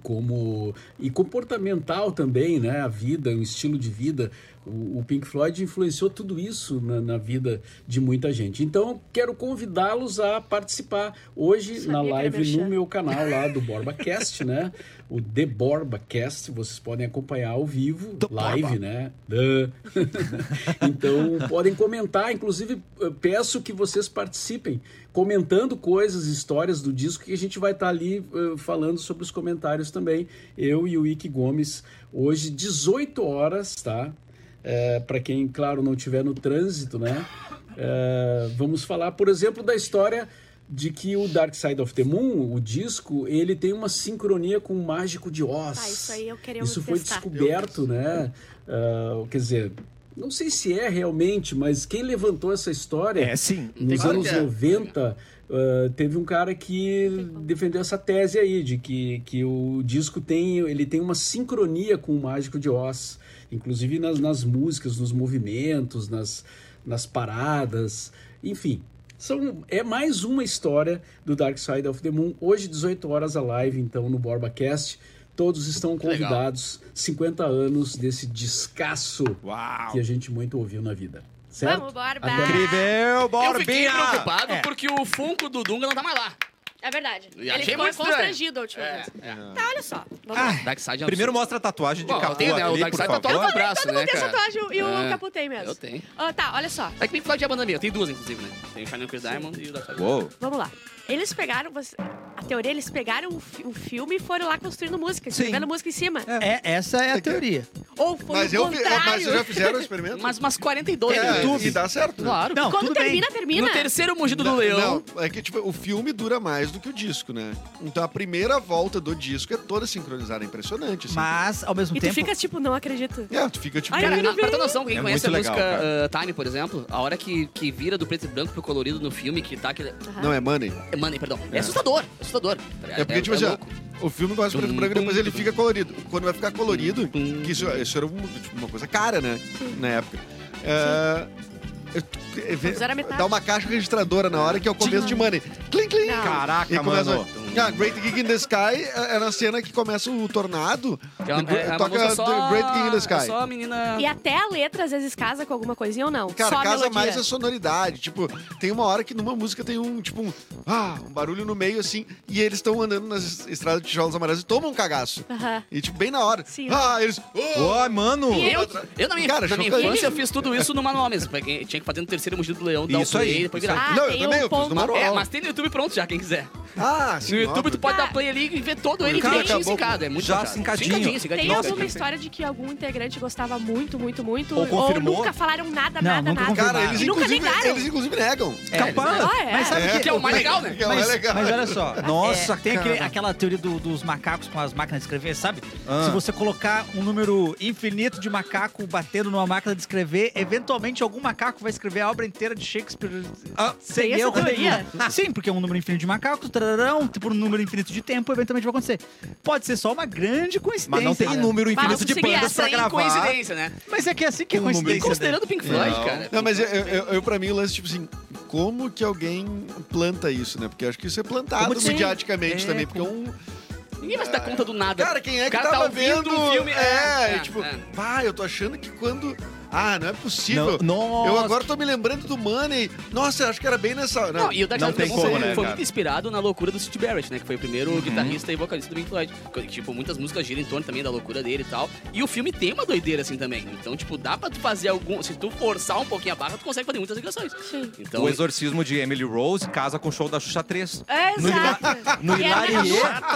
Speaker 6: como e comportamental também, né, a vida, um estilo de vida. O, o Pink Floyd influenciou tudo isso na, na vida de muita gente. Então quero convidá-los a participar hoje
Speaker 2: Sabia
Speaker 6: na
Speaker 2: que era
Speaker 6: live
Speaker 2: merchan.
Speaker 6: no meu canal lá do BorbaCast, né? O The BorbaCast, vocês podem acompanhar ao vivo, live, né? The então, podem comentar. Inclusive, eu peço que vocês participem, comentando coisas, histórias do disco, que a gente vai estar ali eh, falando sobre os comentários também. Eu e o Ike Gomes, hoje, 18 horas, tá? Para quem, claro, não tiver no trânsito, né? Eh, vamos falar, por exemplo, da história de que o Dark Side of the Moon, o disco, ele tem uma sincronia com o Mágico de Oz.
Speaker 2: Ah, isso aí eu queria
Speaker 6: Isso foi
Speaker 2: testar.
Speaker 6: descoberto, né? Ah, quer dizer, não sei se é realmente, mas quem levantou essa história
Speaker 1: É
Speaker 2: assim.
Speaker 1: sim.
Speaker 6: nos
Speaker 5: como.
Speaker 6: anos
Speaker 5: Olha.
Speaker 6: 90, ah, teve um cara que defendeu essa tese aí, de que, que o disco tem, ele tem uma sincronia com o Mágico de Oz, inclusive nas, nas músicas, nos movimentos, nas, nas paradas, enfim. São, é mais uma história do Dark Side of the Moon. Hoje, 18 horas, a live, então, no BorbaCast. Todos estão
Speaker 3: legal.
Speaker 6: convidados. 50 anos desse descasso
Speaker 1: Uau.
Speaker 6: que a gente muito ouviu na vida. Certo?
Speaker 2: Vamos, Borba.
Speaker 6: Até mais.
Speaker 1: Incrível,
Speaker 3: Eu fiquei
Speaker 1: Borbinha.
Speaker 3: preocupado
Speaker 4: É.
Speaker 3: porque o Funko do Dunga não tá mais lá.
Speaker 2: É verdade.
Speaker 3: E
Speaker 2: Ele
Speaker 3: achei
Speaker 2: ficou
Speaker 3: muito estranho.
Speaker 2: constrangido a última vez. Tá, olha só. Vamos lá.
Speaker 3: Dark Side é um
Speaker 1: Ah, Primeiro
Speaker 3: absurdo.
Speaker 1: mostra a tatuagem de
Speaker 3: Bom,
Speaker 1: Capu
Speaker 3: tem, né, o
Speaker 1: ali,
Speaker 3: Dark
Speaker 1: por
Speaker 3: Side
Speaker 1: favor.
Speaker 3: tá todo no braço,
Speaker 2: Todo mundo
Speaker 3: né,
Speaker 2: tem
Speaker 3: cara?
Speaker 2: tatuagem e o
Speaker 3: É.
Speaker 2: caputei mesmo.
Speaker 3: Eu tenho.
Speaker 2: Ah, tá, olha só.
Speaker 3: É que Pink Floyd é a banda minha. Eu tenho duas, inclusive, né? Tem o Shining Chris Diamond e o Dark Side.
Speaker 1: Uou.
Speaker 2: Vamos lá. Eles pegaram. você- A teoria, eles pegaram um, fi- um filme e foram lá construindo música, escrevendo música em cima.
Speaker 4: É, essa é a teoria.
Speaker 2: Ou foi
Speaker 5: Mas,
Speaker 2: o
Speaker 5: eu, vi- é,
Speaker 2: contrário.
Speaker 5: mas vocês já fizeram o experimento?
Speaker 3: Mas umas 42.
Speaker 5: é,
Speaker 3: né?
Speaker 5: e dá certo. né?
Speaker 3: Claro.
Speaker 4: Não,
Speaker 2: Quando
Speaker 4: tudo bem.
Speaker 2: termina, termina.
Speaker 3: No terceiro mugido do
Speaker 5: Não,
Speaker 3: leão.
Speaker 5: Não, é que tipo, o filme dura mais do que o disco, né? Então a primeira volta do disco é toda sincronizada, é impressionante. Assim.
Speaker 4: Mas, ao mesmo
Speaker 2: E tu
Speaker 4: tempo...
Speaker 2: fica tipo, não acredito.
Speaker 5: É, tu fica tipo.
Speaker 2: Ai,
Speaker 3: Cara,
Speaker 2: Quero
Speaker 3: na- pra
Speaker 2: ver.
Speaker 3: ter noção, quem
Speaker 1: É
Speaker 3: conhece a
Speaker 1: muito legal,
Speaker 3: música uh, Time, por exemplo, a hora que, que vira do preto e branco pro colorido no filme, que tá aquele...
Speaker 5: Não, é Money.
Speaker 3: É, Money, perdão. É, assustador, assustador. Tá
Speaker 5: É porque, tipo assim, ó,
Speaker 3: louco.
Speaker 5: o filme começa preto e branco e depois ele fica colorido. Quando vai ficar colorido, que isso, isso era um- tipo, uma coisa cara, né? Na época. É, eu- eu-
Speaker 2: Zero a metade.
Speaker 5: dá uma caixa registradora na hora que é o começo de Money. Clim, clim.
Speaker 2: Não.
Speaker 1: Caraca,
Speaker 5: E começa-
Speaker 1: mano.
Speaker 5: Ah, Great Gig in the Sky é é na cena que começa o tornado.
Speaker 3: Que é uma- é uma
Speaker 5: toca
Speaker 3: música só-
Speaker 5: Great Gig in the
Speaker 3: É
Speaker 5: Sky.
Speaker 3: só a menina...
Speaker 2: E até a letra às vezes casa com alguma coisinha ou não?
Speaker 5: Cara,
Speaker 2: Só a
Speaker 5: casa
Speaker 2: melodia.
Speaker 5: mais é a sonoridade. Tipo, tem uma hora que numa música tem um, tipo, um, ah, um barulho no meio, assim, e eles estão andando nas es- estradas de tijolos amarelos e tomam um cagaço.
Speaker 2: Aham.
Speaker 5: E, tipo, bem na hora.
Speaker 2: Sim.
Speaker 5: Ah, eles. Oh!
Speaker 1: Ô, mano.
Speaker 2: E
Speaker 3: Eu, eu na minha,
Speaker 5: Cara,
Speaker 3: na minha
Speaker 5: chocante.
Speaker 3: infância, eu fiz tudo isso no manual mesmo. Peguei- Tinha que fazer no terceiro mochila do leão, dar
Speaker 1: Isso
Speaker 3: o play
Speaker 1: aí,
Speaker 3: e depois
Speaker 1: isso
Speaker 3: virar.
Speaker 2: Ah,
Speaker 5: Não, eu
Speaker 2: tem
Speaker 5: também, eu
Speaker 2: um
Speaker 5: fiz
Speaker 2: ponto.
Speaker 5: numa-
Speaker 3: É, mas tem no YouTube pronto já, quem quiser.
Speaker 5: Ah, sim.
Speaker 3: No YouTube
Speaker 5: óbvio.
Speaker 3: tu pode
Speaker 2: Tá.
Speaker 3: dar play ali e ver todo ele
Speaker 5: Cara,
Speaker 3: direitinho
Speaker 5: acabou-
Speaker 3: sincado. É muito
Speaker 1: já
Speaker 3: sincado.
Speaker 1: sincadinho.
Speaker 3: Sincadinho, sincadinho.
Speaker 2: Tem alguma
Speaker 3: sincadinho.
Speaker 2: história de que algum integrante gostava muito, muito, muito?
Speaker 1: Ou confirmou?
Speaker 2: nunca falaram nada,
Speaker 4: Não,
Speaker 2: nada,
Speaker 4: nunca
Speaker 2: nada.
Speaker 5: Cara, eles
Speaker 2: e nunca
Speaker 5: inclusive,
Speaker 2: negaram.
Speaker 5: eles inclusive negam.
Speaker 1: Capaz.
Speaker 2: Ah, é?
Speaker 4: Mas sabe
Speaker 5: É.
Speaker 4: que...
Speaker 3: Que é o mais legal, né?
Speaker 5: Que é o mais
Speaker 4: Mas,
Speaker 5: legal.
Speaker 4: mas olha só.
Speaker 1: Nossa,
Speaker 4: é, tem aquele-
Speaker 1: cara.
Speaker 4: aquela teoria do- dos macacos com as máquinas de escrever, sabe?
Speaker 1: Ah.
Speaker 4: Se você colocar um número infinito de macaco batendo numa máquina de escrever, eventualmente algum macaco vai escrever a obra inteira de Shakespeare
Speaker 1: Ah,
Speaker 4: sem
Speaker 2: tem essa
Speaker 4: erro
Speaker 2: teoria?
Speaker 4: nenhum. Sim, porque é um número infinito de macacos, tararão, por um número infinito de tempo, eventualmente vai acontecer. Pode ser só uma grande coincidência.
Speaker 1: Mas não tem
Speaker 4: né?
Speaker 1: número
Speaker 2: Mas
Speaker 1: infinito de
Speaker 2: conseguia
Speaker 1: bandas pra
Speaker 3: Sem
Speaker 1: gravar.
Speaker 3: coincidência, né?
Speaker 4: Mas é que é assim que é
Speaker 1: Um número
Speaker 4: coincidência. né?
Speaker 3: Considerando o Pink Floyd, cara. é
Speaker 5: Não, mas eu, eu, eu, pra mim, o lance, tipo assim, como que alguém planta isso, né? Porque eu acho que isso é plantado
Speaker 1: Como assim?
Speaker 5: mediaticamente também, porque é um.
Speaker 3: Ninguém vai se dar conta do nada.
Speaker 5: Cara, quem é
Speaker 3: O
Speaker 5: que
Speaker 3: cara tá
Speaker 5: tava
Speaker 3: ouvindo
Speaker 5: vendo?
Speaker 3: um filme-
Speaker 5: É,
Speaker 3: é,
Speaker 5: e
Speaker 3: é,
Speaker 5: tipo,
Speaker 3: é.
Speaker 5: pá, eu tô achando que quando. Ah, não é possível.
Speaker 1: Não,
Speaker 5: Eu
Speaker 1: nossa.
Speaker 5: agora tô me lembrando do Money. Nossa, eu acho que era bem nessa.
Speaker 3: Não, e o Dark
Speaker 1: Não
Speaker 3: Side
Speaker 1: tem
Speaker 3: Lemon
Speaker 1: como,
Speaker 3: foi,
Speaker 1: né,
Speaker 3: foi
Speaker 1: cara?
Speaker 3: muito inspirado na loucura do Steve Barrett, né? Que foi o primeiro guitarrista e vocalista do Pink Floyd. Que, Tipo, muitas músicas giram em torno também da loucura dele e tal. E o filme tem uma doideira assim também. Então, tipo, dá pra tu fazer algum... Se tu forçar um pouquinho a barra, tu consegue fazer muitas ligações.
Speaker 2: Sim.
Speaker 3: Então,
Speaker 1: O exorcismo de Emily Rose casa com o show da Xuxa 3.
Speaker 2: É, exato.
Speaker 1: No
Speaker 3: é
Speaker 2: E era
Speaker 1: Hilarie,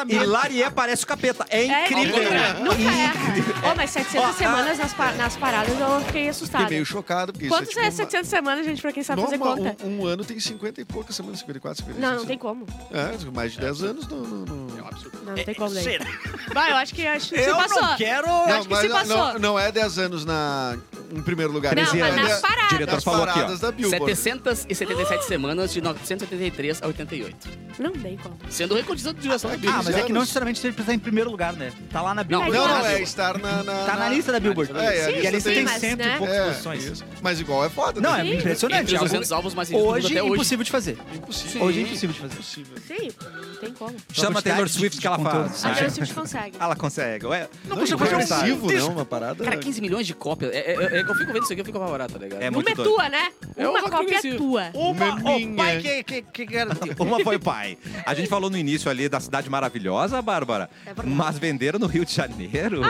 Speaker 1: Hilarie parece o capeta. É
Speaker 2: É,
Speaker 1: incrível.
Speaker 2: nunca- nunca erra. Ô, mas 700
Speaker 1: Ó,
Speaker 2: semanas nas, pa- nas paradas eu fiquei assustada.
Speaker 5: Fiquei meio chocado, porque
Speaker 2: Quantos
Speaker 5: isso
Speaker 2: é,
Speaker 5: é, tipo,
Speaker 2: 700 semanas, gente, pra quem sabe
Speaker 5: uma-
Speaker 2: fazer
Speaker 5: norma-
Speaker 2: conta?
Speaker 5: um, um ano tem 50 e poucas semanas, 54, 56.
Speaker 2: Não, não tem como.
Speaker 5: É, mais de 10 anos no. no, no...
Speaker 3: é um absurdo.
Speaker 2: Não, não tem como daí.
Speaker 4: Será?
Speaker 2: Vai, eu acho que acho, se
Speaker 4: Eu
Speaker 2: passou.
Speaker 4: não quero...
Speaker 5: Não,
Speaker 2: acho que se
Speaker 5: não-
Speaker 2: passou.
Speaker 5: não, não é 10 anos na, em primeiro lugar.
Speaker 2: Não,
Speaker 3: tá
Speaker 5: Esse
Speaker 2: mas
Speaker 5: ano
Speaker 2: nas
Speaker 5: é-
Speaker 2: paradas.
Speaker 1: O diretor
Speaker 5: nas
Speaker 1: falou aqui, ó.
Speaker 5: paradas da Billboard.
Speaker 3: 777 semanas de 983 a 88.
Speaker 2: Não tem como.
Speaker 3: Sendo o recorde de duração da
Speaker 4: Ah,
Speaker 3: Bíblia.
Speaker 4: mas é que não
Speaker 5: anos.
Speaker 4: necessariamente tem que estar em primeiro lugar, né? Tá lá na Billboard.
Speaker 5: Não, não,
Speaker 2: na
Speaker 5: é
Speaker 2: Billboard.
Speaker 5: estar na. na
Speaker 4: Tá na lista da Billboard.
Speaker 5: É, é, a
Speaker 4: e a
Speaker 5: lista
Speaker 4: lista
Speaker 5: tem-
Speaker 4: tem
Speaker 2: mas,
Speaker 4: cento
Speaker 2: né?
Speaker 4: e poucas posições.
Speaker 5: É, isso. Mas igual é foda.
Speaker 4: Não,
Speaker 5: né?
Speaker 4: é
Speaker 2: Sim.
Speaker 4: impressionante.
Speaker 3: Entre os
Speaker 4: Algo-
Speaker 3: 200 álbuns mais vendidos do mundo
Speaker 4: Hoje
Speaker 3: até
Speaker 4: é
Speaker 3: hoje.
Speaker 4: impossível de fazer.
Speaker 5: impossível.
Speaker 4: Hoje é impossível de fazer.
Speaker 5: Impossível.
Speaker 2: Sim, não tem como.
Speaker 1: Chama a Taylor
Speaker 4: quantidade de-
Speaker 1: Swift que ela
Speaker 4: de conteúdo.
Speaker 1: faz.
Speaker 2: A Taylor Swift consegue.
Speaker 1: Ela consegue. Ué,
Speaker 5: Não,
Speaker 4: consigo
Speaker 5: e
Speaker 4: fazer um
Speaker 5: é agressivo,
Speaker 4: disco.
Speaker 5: não, uma parada.
Speaker 3: Cara, 15 milhões de cópias. É, é- é- é que eu fico vendo isso aqui, eu fico apavorado, tá ligado?
Speaker 1: É
Speaker 2: Uma
Speaker 1: muito
Speaker 2: é
Speaker 1: doido.
Speaker 2: tua, né?
Speaker 3: É
Speaker 2: Uma
Speaker 3: uma
Speaker 2: cópia é
Speaker 3: progressiva.
Speaker 2: tua.
Speaker 4: Uma,
Speaker 5: Uma
Speaker 4: o pai
Speaker 5: minha.
Speaker 4: que, que, que garantiu.
Speaker 1: Uma foi o pai. A gente falou no início ali da cidade maravilhosa, Bárbara.
Speaker 2: É
Speaker 1: mas venderam no Rio de Janeiro.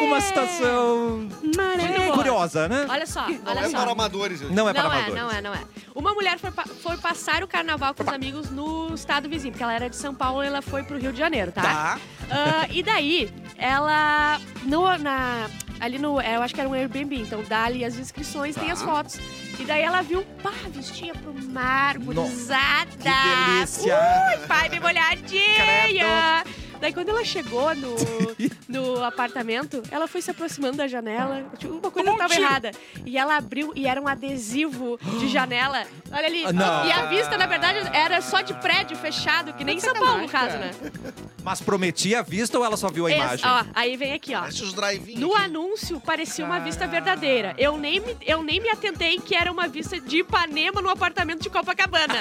Speaker 1: Uma situação
Speaker 2: Ah, Muito boa.
Speaker 1: curiosa, né?
Speaker 2: Olha só,
Speaker 5: Não
Speaker 2: olha
Speaker 5: é
Speaker 2: só.
Speaker 5: para amadores. eu
Speaker 1: Não é para
Speaker 2: não é,
Speaker 1: amadores.
Speaker 2: não é, não é. Uma mulher foi, pa- foi passar o carnaval com os amigos no estado vizinho, porque ela era de São Paulo e ela foi pro Rio de Janeiro, tá?
Speaker 1: Tá.
Speaker 2: Ah, e daí, ela. No, na, ali no. é, Eu acho que era um Airbnb, então dá ali as inscrições, tem
Speaker 1: Tá.
Speaker 2: as fotos. E daí ela viu, pá, vestinha pro mar, gurizada.
Speaker 1: que delícia.
Speaker 2: Ui, pai, me molhadinha! Daí quando ela chegou no, no apartamento, ela foi se aproximando da janela.
Speaker 1: Tá.
Speaker 2: Tipo, uma coisa
Speaker 1: um
Speaker 2: estava errada. E ela abriu e era um adesivo de janela. Olha ali.
Speaker 1: Ah, não.
Speaker 2: E a vista, na verdade, era só de prédio fechado, que nem em São Paulo, no caso, né?
Speaker 1: Mas prometia a vista ou ela só viu a
Speaker 2: Esse-
Speaker 1: imagem?
Speaker 2: ó, aí vem aqui, ó.
Speaker 5: Parece os drive-in.
Speaker 2: No anúncio parecia uma vista verdadeira. Eu nem, me, eu nem me atentei que era uma vista de Ipanema no apartamento de Copacabana.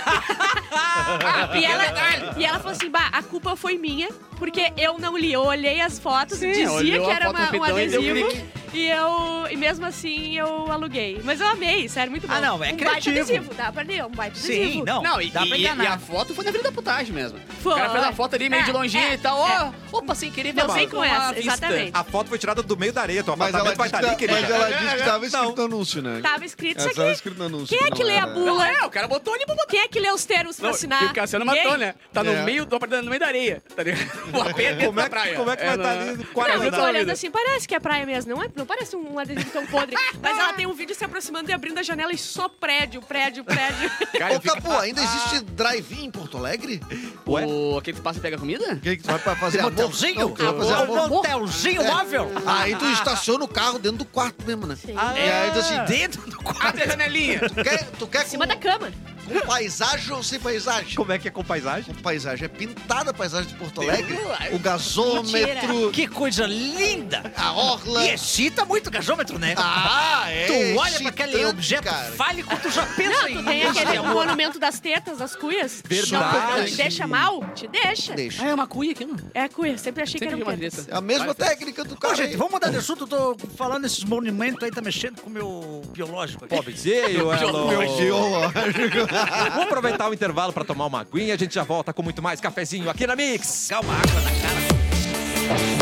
Speaker 2: e, ela, e ela falou assim: bah, a culpa foi minha, porque eu não li. Eu olhei as fotos,
Speaker 3: Sim,
Speaker 2: dizia
Speaker 3: olhou
Speaker 2: que
Speaker 3: a
Speaker 2: era
Speaker 3: foto
Speaker 2: uma-
Speaker 3: no
Speaker 2: um
Speaker 3: feedão e deu
Speaker 2: adesivo.
Speaker 3: clique.
Speaker 2: E eu. E mesmo assim eu aluguei. Mas eu amei, sério, muito bom.
Speaker 4: Ah, não, é
Speaker 2: um Baita
Speaker 4: criativo.
Speaker 2: adesivo, dá pra ler, um baita adesivo.
Speaker 4: Sim, não.
Speaker 3: Não, e,
Speaker 4: dá pra
Speaker 3: e-
Speaker 4: enganar.
Speaker 3: e a foto foi na Avenida da Putagem mesmo.
Speaker 2: Foi.
Speaker 3: O cara fez a foto ali meio
Speaker 2: É,
Speaker 3: de longinho
Speaker 2: é,
Speaker 3: e tal. Ó, opa, sem querer,
Speaker 2: Não,
Speaker 3: deu
Speaker 2: vem com
Speaker 3: uma
Speaker 2: essa,
Speaker 3: vista. Ah,
Speaker 2: exatamente.
Speaker 1: A foto foi tirada do meio da areia. O
Speaker 5: Mas
Speaker 1: apartamento
Speaker 5: ela,
Speaker 1: vai
Speaker 5: disse
Speaker 1: estar
Speaker 5: que,
Speaker 1: ali,
Speaker 5: tá- mas
Speaker 1: querida.
Speaker 5: ela disse que tava escrito no anúncio, né?
Speaker 2: Tava escrito isso
Speaker 5: Ela tava
Speaker 2: aqui.
Speaker 5: escrito no anúncio.
Speaker 2: Quem é que
Speaker 5: não
Speaker 2: lê a
Speaker 5: era-
Speaker 2: bula?
Speaker 3: É, o cara botou ali pra botar.
Speaker 2: Quem é que lê os termos pra
Speaker 3: Não,
Speaker 2: assinar?
Speaker 3: E o Cassiano
Speaker 2: Ninguém?
Speaker 3: matou, né? Tá no
Speaker 5: É.
Speaker 3: meio do apartamento, no meio da areia. Tá ligado? O AP é dentro
Speaker 1: Como é
Speaker 3: da
Speaker 1: que-
Speaker 3: praia.
Speaker 1: como é que vai
Speaker 3: na-
Speaker 1: tá ali
Speaker 3: É,
Speaker 1: quarenta
Speaker 2: Não, eu tô
Speaker 1: da
Speaker 2: olhando assim, parece que é praia mesmo. Não, é, não parece um adesivo tão podre. mas ela tem um vídeo se aproximando e abrindo a janela e só prédio, prédio, prédio.
Speaker 3: Cara, eu
Speaker 5: Ô, Capô, ainda existe drive-in em Porto Alegre?
Speaker 1: Ué?
Speaker 3: O aquele que tu passa e pega comida?
Speaker 5: O que, que tu vai pra fazer
Speaker 4: Tem
Speaker 5: amor?
Speaker 4: motelzinho?
Speaker 5: Não, tu vai fazer É.
Speaker 4: Ah,
Speaker 5: amor?
Speaker 4: um motelzinho móvel?
Speaker 5: Aí tu Ah, então estaciona o carro dentro do quarto mesmo, né?
Speaker 2: Sim.
Speaker 5: E aí tu assim,
Speaker 4: Ah. Dentro do quarto.
Speaker 3: Abre a janelinha.
Speaker 5: tu quer, tu quer
Speaker 2: Em cima da cama.
Speaker 5: com, Com paisagem ou sem paisagem?
Speaker 1: Como é que é com paisagem?
Speaker 5: Com paisagem. É pintada a paisagem de Porto
Speaker 3: Deus
Speaker 5: Alegre.
Speaker 3: do lar.
Speaker 5: O gasômetro,
Speaker 4: Que coisa linda!
Speaker 5: a orla.
Speaker 4: E excita muito o gasômetro, né?
Speaker 5: Ah, é
Speaker 4: Tu olha pra
Speaker 5: excitante,
Speaker 4: aquele objeto
Speaker 5: cara.
Speaker 4: fálico, tu já pensa
Speaker 2: Não,
Speaker 4: em
Speaker 2: tu tem aquele um
Speaker 4: amor.
Speaker 2: monumento das tetas, das cuias.
Speaker 1: Verdade.
Speaker 2: Não, não te deixa mal? Te deixa.
Speaker 5: Deixa.
Speaker 3: Ah, é uma cuia aqui, mano.
Speaker 2: É cuia, sempre achei
Speaker 3: Sempre vi
Speaker 2: que
Speaker 3: uma
Speaker 2: era tetas.
Speaker 3: treta.
Speaker 5: É a mesma
Speaker 3: Vai.
Speaker 5: técnica do cara.
Speaker 4: Ô, gente,
Speaker 5: aí.
Speaker 4: vamos mudar de assunto. Eu tô falando esses monumentos aí, tá mexendo com o meu biológico aqui.
Speaker 1: Pobrezinho, Elon.
Speaker 5: Meu geológico.
Speaker 1: Vamos aproveitar o intervalo para tomar uma aguinha. A gente já volta com muito mais cafezinho aqui na Mix.
Speaker 4: Calma, água na cara.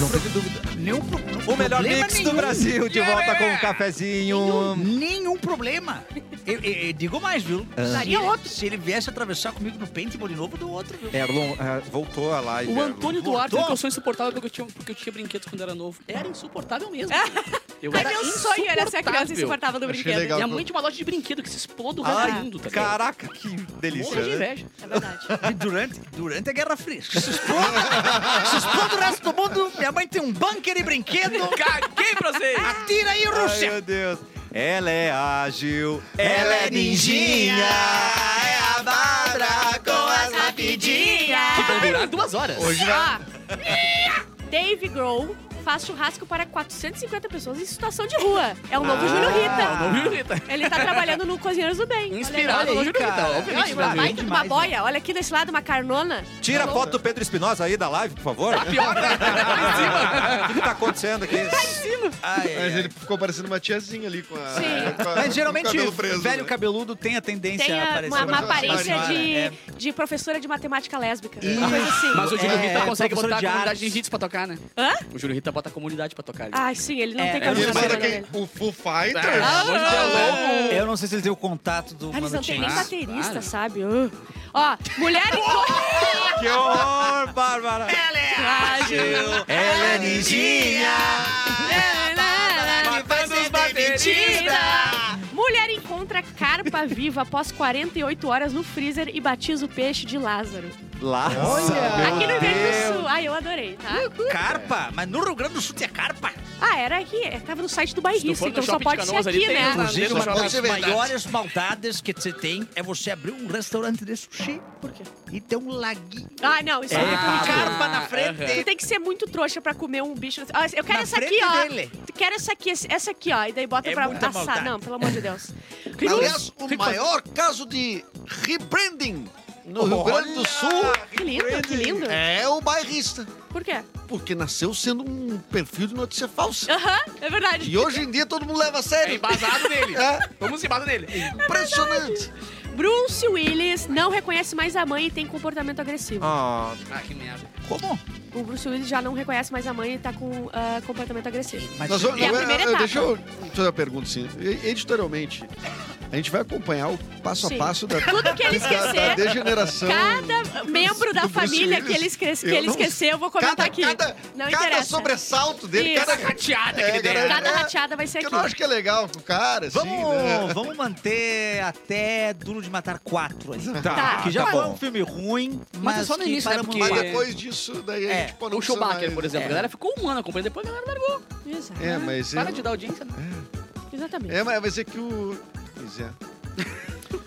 Speaker 1: Não teve dúvida.
Speaker 4: Nenhum pro-
Speaker 1: O melhor
Speaker 4: problema
Speaker 1: mix do
Speaker 4: nenhum.
Speaker 1: Brasil, de
Speaker 4: Yeah,
Speaker 1: volta com um
Speaker 4: yeah.
Speaker 1: cafezinho.
Speaker 4: Nenhum problema. Eu, eu- eu digo mais, viu?
Speaker 1: Ah.
Speaker 2: Daria
Speaker 4: Se-
Speaker 2: outro.
Speaker 4: Se ele viesse atravessar comigo no paintball de novo, eu dou outro, viu?
Speaker 1: Erlon, ah, voltou a live.
Speaker 3: O
Speaker 1: Erlon.
Speaker 3: Antônio Duarte
Speaker 4: Voltou?
Speaker 3: é que eu sou insuportável porque eu tinha, porque eu tinha brinquedos quando era novo. Era insuportável mesmo. Eu
Speaker 2: Ai, meu sonho era ser a criança insuportável do
Speaker 5: Achei
Speaker 2: brinquedo.
Speaker 5: legal.
Speaker 3: Minha mãe tinha uma loja de brinquedo que se explode o resto do
Speaker 1: Ai,
Speaker 3: mundo, tá ligado?
Speaker 1: caraca, que delícia.
Speaker 3: Morro de
Speaker 1: né?
Speaker 3: inveja.
Speaker 2: É verdade.
Speaker 4: Durante, durante a Guerra Fria. Se explode, se explode o resto do mundo, minha mãe tem um bunker e brinquedo.
Speaker 3: Caguei pra vocês!
Speaker 4: Atira aí,
Speaker 1: Ai,
Speaker 4: Rússia!
Speaker 1: meu Deus. Ela é ágil, ela é ninjinha, é a Bárbara com as
Speaker 3: Que vão durar duas horas.
Speaker 2: Ó, Ah, é. Dave Grohl faz churrasco para 450 pessoas em situação de rua. É o
Speaker 3: Ah,
Speaker 2: novo Júlio Rita.
Speaker 3: Viu, Rita?
Speaker 2: Ele tá trabalhando no Cozinheiros do Bem. Olha,
Speaker 3: Inspirado
Speaker 2: olha
Speaker 3: no
Speaker 2: aí.
Speaker 3: Júlio Rita,
Speaker 2: Olha,
Speaker 3: obviamente. né?
Speaker 2: uma
Speaker 3: Brasil.
Speaker 2: baita de uma boia. Olha aqui desse lado, uma carnona.
Speaker 1: Tira a foto do Pedro Espinosa aí da live, por favor. O
Speaker 3: Pior, né, cara?
Speaker 1: que que tá acontecendo aqui?
Speaker 4: Ai,
Speaker 5: Mas ele ficou parecendo uma tiazinha ali com a.
Speaker 2: Sim.
Speaker 5: com a- É, com
Speaker 4: Mas
Speaker 5: o
Speaker 4: geralmente,
Speaker 5: cabelo preso,
Speaker 4: velho
Speaker 5: né?
Speaker 4: cabeludo tem a tendência
Speaker 2: Tem
Speaker 4: a
Speaker 2: a-
Speaker 4: aparecer.
Speaker 2: uma, uma
Speaker 5: Mas-
Speaker 2: aparência
Speaker 5: Mas-
Speaker 2: de,
Speaker 4: É.
Speaker 2: de professora de matemática lésbica. Uma coisa
Speaker 4: Isso.
Speaker 2: assim.
Speaker 3: Mas o Júlio
Speaker 4: É,
Speaker 3: Rita consegue
Speaker 4: professor
Speaker 3: botar a
Speaker 4: de
Speaker 3: comunidade
Speaker 4: artes.
Speaker 3: tá de hits pra tocar, né?
Speaker 2: Hã? Ah.
Speaker 3: O Júlio Rita bota a comunidade pra tocar né? ali.
Speaker 2: Ai, sim, ele não
Speaker 4: É,
Speaker 2: tem
Speaker 4: é,
Speaker 5: E
Speaker 2: camisa
Speaker 5: ele
Speaker 2: na
Speaker 5: manda
Speaker 2: banda
Speaker 5: quem?
Speaker 2: dele.
Speaker 5: O Foo Fighters?
Speaker 3: Ah, pelo amor de Deus, né?
Speaker 4: Eu não sei se ele tem o contato do
Speaker 2: Ah, eles
Speaker 4: Mano
Speaker 2: não têm nem
Speaker 4: Chao.
Speaker 2: baterista,
Speaker 3: claro.
Speaker 2: sabe? Uh. Ó, mulher em...
Speaker 1: Que horror, Bárbara.
Speaker 4: É.
Speaker 2: Frágil.
Speaker 1: Ela é ninjinha.
Speaker 2: É Mulher encontra carpa viva após 48 horas no freezer e batiza o peixe de Lázaro.
Speaker 1: Lá.
Speaker 2: Aqui no Rio Grande do Sul. Ai, eu adorei, tá?
Speaker 4: Carpa? Mas no Rio Grande do Sul tem carpa?
Speaker 2: Ah, era aqui. é, Tava no site do
Speaker 3: Se tu for
Speaker 2: bairrista,
Speaker 3: no
Speaker 2: então só
Speaker 3: shopping de
Speaker 2: pode ser
Speaker 3: Canoas ali,
Speaker 2: aqui,
Speaker 3: tem
Speaker 2: né?
Speaker 3: um Mas
Speaker 4: Inclusive, uma
Speaker 3: deixa
Speaker 4: das
Speaker 3: eu
Speaker 5: falar uma verdade.
Speaker 4: maiores maldades que você tem é você abrir um restaurante de sushi
Speaker 2: Por quê?
Speaker 4: e ter um laguinho
Speaker 2: Ah, não, isso é, muito
Speaker 4: com
Speaker 2: ridículo.
Speaker 4: carpa na frente.
Speaker 2: Tu tem que ser muito trouxa pra comer um bicho. assim. Ó, eu quero
Speaker 4: Na
Speaker 2: essa aqui,
Speaker 4: frente
Speaker 2: ó.
Speaker 4: dele.
Speaker 2: Tu Quero essa aqui, esse- essa aqui, ó. E daí bota
Speaker 4: É
Speaker 2: pra
Speaker 4: muita
Speaker 2: assar.
Speaker 4: maldade.
Speaker 2: Não, pelo amor de Deus.
Speaker 5: Aliás,
Speaker 4: um
Speaker 5: o maior caso de rebranding no Rio Grande do Sul
Speaker 2: Que lindo, que lindo.
Speaker 5: é o bairrista.
Speaker 2: Por quê?
Speaker 5: Porque nasceu sendo um perfil de notícia falsa.
Speaker 2: Aham, é verdade.
Speaker 5: E hoje em dia todo mundo leva a
Speaker 3: É
Speaker 5: sério.
Speaker 3: embasado nele.
Speaker 5: É.
Speaker 3: Vamos embasado nele.
Speaker 5: Impressionante.
Speaker 2: Bruce Willis não reconhece mais a mãe e tem comportamento agressivo.
Speaker 1: Ah,
Speaker 3: Ah, que merda.
Speaker 4: Como?
Speaker 2: O Bruce Willis já não reconhece mais a mãe e tá com ah, comportamento agressivo.
Speaker 4: Mas
Speaker 5: Nós vamos-
Speaker 2: É a
Speaker 5: eu-
Speaker 2: primeira
Speaker 5: eu-
Speaker 2: etapa.
Speaker 5: Deixa eu fazer uma pergunta, sim. E- Editorialmente, a gente vai acompanhar o passo
Speaker 2: Sim.
Speaker 5: a passo da,
Speaker 2: Tudo que ele
Speaker 5: da, da
Speaker 2: esquecer,
Speaker 5: degeneração.
Speaker 2: cada membro da
Speaker 5: do Então, Bruce
Speaker 2: família que
Speaker 5: Willis.
Speaker 2: ele, esquece, que
Speaker 5: Eu
Speaker 2: ele
Speaker 5: não-
Speaker 2: esqueceu, eu vou comentar
Speaker 5: Cada,
Speaker 2: aqui.
Speaker 5: cada,
Speaker 2: não
Speaker 5: cada
Speaker 2: interessa.
Speaker 5: sobressalto dele,
Speaker 2: Isso.
Speaker 5: cada
Speaker 3: Rateada
Speaker 5: É,
Speaker 3: que ele
Speaker 5: galera.
Speaker 3: der.
Speaker 2: Cada rateada vai ser
Speaker 5: Que
Speaker 2: aqui.
Speaker 5: eu não acho que é legal com o cara, assim, né?
Speaker 4: Vamos, vamos manter até Duro de Matar 4 ali.
Speaker 1: tá,
Speaker 4: Que já
Speaker 1: tá
Speaker 4: foi um
Speaker 1: bom.
Speaker 4: filme ruim, mas,
Speaker 3: é só no
Speaker 4: que
Speaker 3: início, né,
Speaker 4: paramos
Speaker 3: porque-
Speaker 5: Mas
Speaker 4: lá.
Speaker 3: É.
Speaker 5: depois disso, daí a
Speaker 4: É,
Speaker 5: gente pô, não
Speaker 3: O
Speaker 5: precisa
Speaker 3: Schumacher,
Speaker 5: mais. né?
Speaker 3: por exemplo. A galera ficou um ano acompanhando, depois a galera largou.
Speaker 2: Exato.
Speaker 5: É, mas...
Speaker 3: Para
Speaker 5: eu-
Speaker 3: de dar audiência, né?
Speaker 2: Exatamente.
Speaker 5: É, mas vai ser que o... Pois é.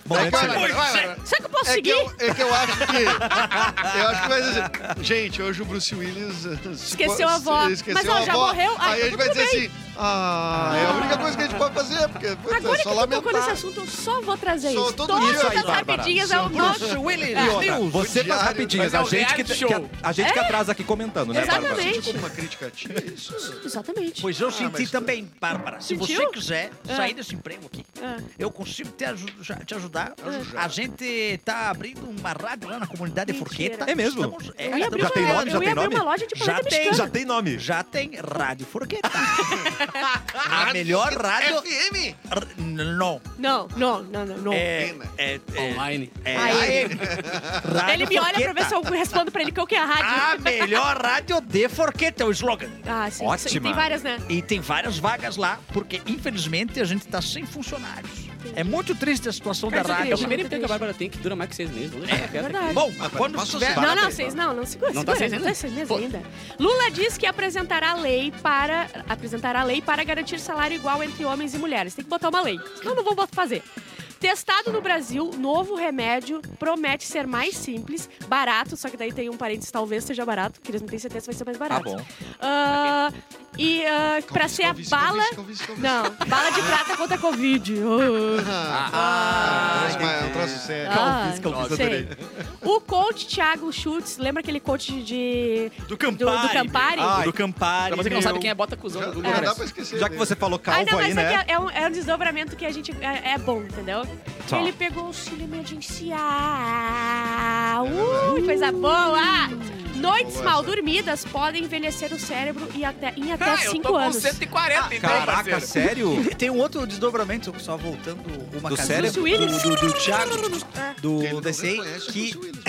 Speaker 1: Momento
Speaker 5: Vai,
Speaker 1: silêncio.
Speaker 5: vai, vai, vai.
Speaker 2: Será que eu posso
Speaker 5: É
Speaker 2: seguir?
Speaker 5: que eu, é que eu acho que. Eu acho que vai dizer. assim, Gente, hoje o Bruce Willis. eh, se
Speaker 2: Esqueceu
Speaker 5: for-
Speaker 2: a avó.
Speaker 5: se- Esqueceu
Speaker 2: Mas ela
Speaker 5: a
Speaker 2: já
Speaker 5: avó.
Speaker 2: morreu, ai,
Speaker 5: Aí
Speaker 2: tá
Speaker 5: a gente vai
Speaker 2: tudo
Speaker 5: dizer assim: ah, é a única coisa que a gente pode fazer, porque putz,
Speaker 2: Agora
Speaker 5: é
Speaker 2: que
Speaker 5: só
Speaker 2: tu tocou nesse
Speaker 5: lamentar.
Speaker 2: assunto, eu só vou trazer
Speaker 5: Só
Speaker 2: isso.
Speaker 5: todo
Speaker 2: Todas
Speaker 5: dia,
Speaker 2: as
Speaker 1: Bárbara.
Speaker 2: rapidinhas é o nosso.
Speaker 4: Willis.
Speaker 1: E outra,
Speaker 4: Deus.
Speaker 1: você faz
Speaker 5: diário,
Speaker 1: rapidinhas,
Speaker 5: mas é
Speaker 1: a
Speaker 5: um
Speaker 1: gente, que,
Speaker 3: reality show.
Speaker 1: que- a gente que atrasa aqui comentando, né, Bárbara?
Speaker 2: Exatamente.
Speaker 5: Tipo, uma crítica ativa, isso.
Speaker 2: Exatamente.
Speaker 4: Pois eu
Speaker 5: mas
Speaker 4: senti
Speaker 5: tu-
Speaker 4: também, Bárbara. Se
Speaker 2: Sentiu?
Speaker 4: você quiser
Speaker 2: É.
Speaker 4: sair desse emprego aqui,
Speaker 2: Ah.
Speaker 4: eu consigo te, aju- já- te ajudar.
Speaker 5: Ajudar.
Speaker 4: A gente tá abrindo uma rádio lá na comunidade de
Speaker 2: Mentira.
Speaker 4: Forqueta.
Speaker 1: É mesmo?
Speaker 4: Estamos- é,
Speaker 2: Eu ia abrir
Speaker 1: Já
Speaker 2: uma-
Speaker 1: tem nome?
Speaker 2: eu
Speaker 1: Já tem
Speaker 2: ia abrir
Speaker 1: nome?
Speaker 2: uma loja de
Speaker 4: Já
Speaker 2: paleta
Speaker 4: tem,
Speaker 2: mexicana.
Speaker 1: Já tem nome.
Speaker 4: Já tem Rádio Forqueta. a melhor rádio...
Speaker 5: FM!
Speaker 4: r- Não.
Speaker 2: Não, não, não, não. não.
Speaker 4: É, é, é,
Speaker 3: Online.
Speaker 4: é,
Speaker 2: Aí.
Speaker 4: Rádio
Speaker 2: ele
Speaker 5: tá,
Speaker 2: me olha pra ver
Speaker 4: Forqueta.
Speaker 2: se eu respondo pra ele que eu quero a rádio.
Speaker 5: Ah,
Speaker 4: A melhor rádio de Forqueta, é o slogan.
Speaker 2: Ah, sim.
Speaker 1: Ótima.
Speaker 2: Tem várias, né?
Speaker 4: E tem várias vagas lá, porque infelizmente a gente tá sem funcionários. É muito triste a situação da
Speaker 2: Mas eu
Speaker 4: rádio.
Speaker 3: É o
Speaker 2: Triste,
Speaker 3: primeiro emprego que
Speaker 2: triste.
Speaker 3: a Bárbara tem que dura mais que seis meses. né? Não deixa
Speaker 2: É
Speaker 3: quieto.
Speaker 2: verdade.
Speaker 4: Bom,
Speaker 5: Ah, pera,
Speaker 4: quando
Speaker 5: posso
Speaker 4: tiver...
Speaker 5: assustar?
Speaker 2: Não, não, vocês não, não segura,
Speaker 3: Não
Speaker 2: segura,
Speaker 3: tá seis
Speaker 2: não
Speaker 3: ainda.
Speaker 2: tá seis meses
Speaker 3: Pô.
Speaker 2: ainda. Lula diz que apresentará lei para apresentará lei para garantir salário igual entre homens e mulheres. Tem que botar uma lei. Senão não vou bot- fazer. Testado no Brasil, novo remédio promete ser mais simples, barato, só que daí tem um parênteses, talvez seja barato, que eles não têm certeza se vai ser mais
Speaker 1: Tá
Speaker 2: barato.
Speaker 1: bom.
Speaker 2: Ah, e ah, pra
Speaker 5: Calvície,
Speaker 2: ser a
Speaker 5: calvície,
Speaker 2: bala...
Speaker 5: calvície, calvície, calvície.
Speaker 2: Não, bala de prata contra a Covid. Ah.
Speaker 5: Ah, é um troço mais- é um troço sério.
Speaker 1: Calvície, calvície,
Speaker 2: sei.
Speaker 1: adorei.
Speaker 2: Ah, O coach Thiago Schultz, lembra aquele coach de...
Speaker 7: Do
Speaker 2: Do- Ah, do Campari?
Speaker 4: Ah,
Speaker 7: Ai, Do Campari.
Speaker 3: Pra você que não
Speaker 7: meu.
Speaker 3: sabe quem é bota cuzão
Speaker 5: Já,
Speaker 3: do
Speaker 5: já
Speaker 3: Lula.
Speaker 5: dá pra esquecer.
Speaker 1: Já que
Speaker 5: né?
Speaker 1: você falou
Speaker 2: Ah,
Speaker 1: calvo
Speaker 2: não,
Speaker 1: aí,
Speaker 2: mas
Speaker 1: né?
Speaker 2: é, é um, é um desdobramento que a gente é, é bom, entendeu?
Speaker 1: Tá.
Speaker 2: Ele pegou o auxílio emergencial. Uh, coisa boa! Noites
Speaker 5: Boa
Speaker 2: mal
Speaker 5: essa.
Speaker 2: dormidas podem envelhecer o cérebro e até, em até
Speaker 3: Ah, eu tô
Speaker 2: 5
Speaker 3: com
Speaker 2: anos.
Speaker 3: 140,
Speaker 4: é-
Speaker 3: então,
Speaker 1: Caraca,
Speaker 3: parceiro.
Speaker 1: sério?
Speaker 4: Tem um outro desdobramento, só voltando uma
Speaker 1: Do
Speaker 4: casinha
Speaker 1: cérebro?
Speaker 2: Willis?
Speaker 4: Do, do, do Thiago,
Speaker 5: Quem não
Speaker 4: do DCI,
Speaker 5: reconhece é
Speaker 4: que...
Speaker 5: Bruce Willis.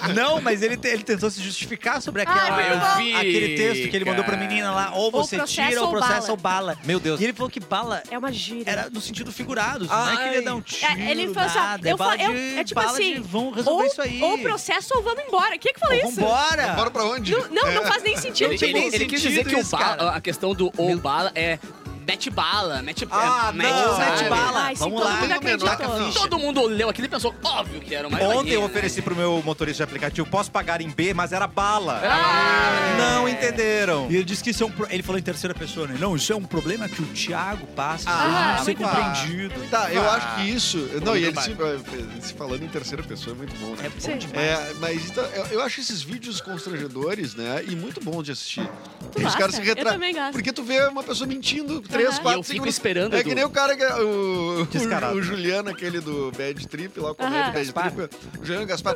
Speaker 4: Ah, Não, mas ele, te- ele tentou se justificar sobre aquela,
Speaker 2: Ah, eu
Speaker 3: vi,
Speaker 4: aquele texto que ele mandou pra
Speaker 3: cara.
Speaker 4: menina lá. Ou
Speaker 2: Ou
Speaker 4: você
Speaker 2: processa
Speaker 4: tira, ou
Speaker 2: ou
Speaker 4: processa
Speaker 2: bala.
Speaker 4: ou bala.
Speaker 1: Meu Deus.
Speaker 4: E ele falou que bala
Speaker 2: É uma gíria.
Speaker 4: era no sentido figurado. não é
Speaker 1: Ai.
Speaker 4: que ele ia dar um tiro,
Speaker 2: É, ele falou assim, ó,
Speaker 4: nada. é
Speaker 2: eu fa-
Speaker 4: bala de,
Speaker 2: eu- é tipo
Speaker 4: bala
Speaker 2: assim,
Speaker 4: de vão resolver
Speaker 2: ou,
Speaker 4: isso aí.
Speaker 2: ou processo ou vamos embora. Quem que falou
Speaker 4: Ou
Speaker 2: isso?
Speaker 4: Vambora!
Speaker 5: Bora pra onde?
Speaker 2: Não, não, não faz nem sentido.
Speaker 3: Ele,
Speaker 2: tipo,
Speaker 3: ele- ele quis dizer
Speaker 4: sentido
Speaker 3: que o
Speaker 4: isso,
Speaker 3: bala-
Speaker 4: cara.
Speaker 3: a questão do ou bala é mete bala, mete
Speaker 1: Ah,
Speaker 3: é,
Speaker 1: não,
Speaker 3: sabe?
Speaker 4: mete bala.
Speaker 2: tipo, Ai, sim,
Speaker 4: Vamos
Speaker 2: todo
Speaker 4: lá,
Speaker 2: mundo
Speaker 5: vamos lá,
Speaker 2: acreditou.
Speaker 5: Cafinha.
Speaker 3: Todo mundo olhou aquilo e pensou, óbvio que era uma
Speaker 1: Ontem eu
Speaker 3: né?
Speaker 1: ofereci pro meu motorista de aplicativo, posso pagar em B, mas era bala.
Speaker 3: Ah!
Speaker 1: Não entenderam.
Speaker 4: E ele disse que isso é um. pro- Ele falou em terceira pessoa, né? Não, isso é um problema que o Thiago passa.
Speaker 1: Ah,
Speaker 4: Ah, não ser
Speaker 1: muito bom.
Speaker 4: compreendido.
Speaker 5: Tá, eu
Speaker 3: Ah.
Speaker 5: acho que isso. Não, e ele se, ele se falando em terceira pessoa é muito bom, né?
Speaker 2: Sim.
Speaker 5: É, mas então, eu, eu acho esses vídeos constrangedores, né? E muito bom de assistir.
Speaker 2: Tu
Speaker 5: Os caras
Speaker 2: gosta?
Speaker 5: se
Speaker 2: Eu
Speaker 5: retratam.
Speaker 2: também gosto.
Speaker 5: Porque tu vê uma pessoa mentindo 3,
Speaker 2: Aham.
Speaker 3: E eu
Speaker 5: 4
Speaker 3: fico
Speaker 5: segundos.
Speaker 3: esperando,
Speaker 5: É
Speaker 3: Edu.
Speaker 5: que nem o cara que. O,
Speaker 1: Descarado.
Speaker 5: o, o Juliano, aquele do Bad Trip, lá
Speaker 2: Aham.
Speaker 5: o comediante do Bad Trip. O Juliano Gaspar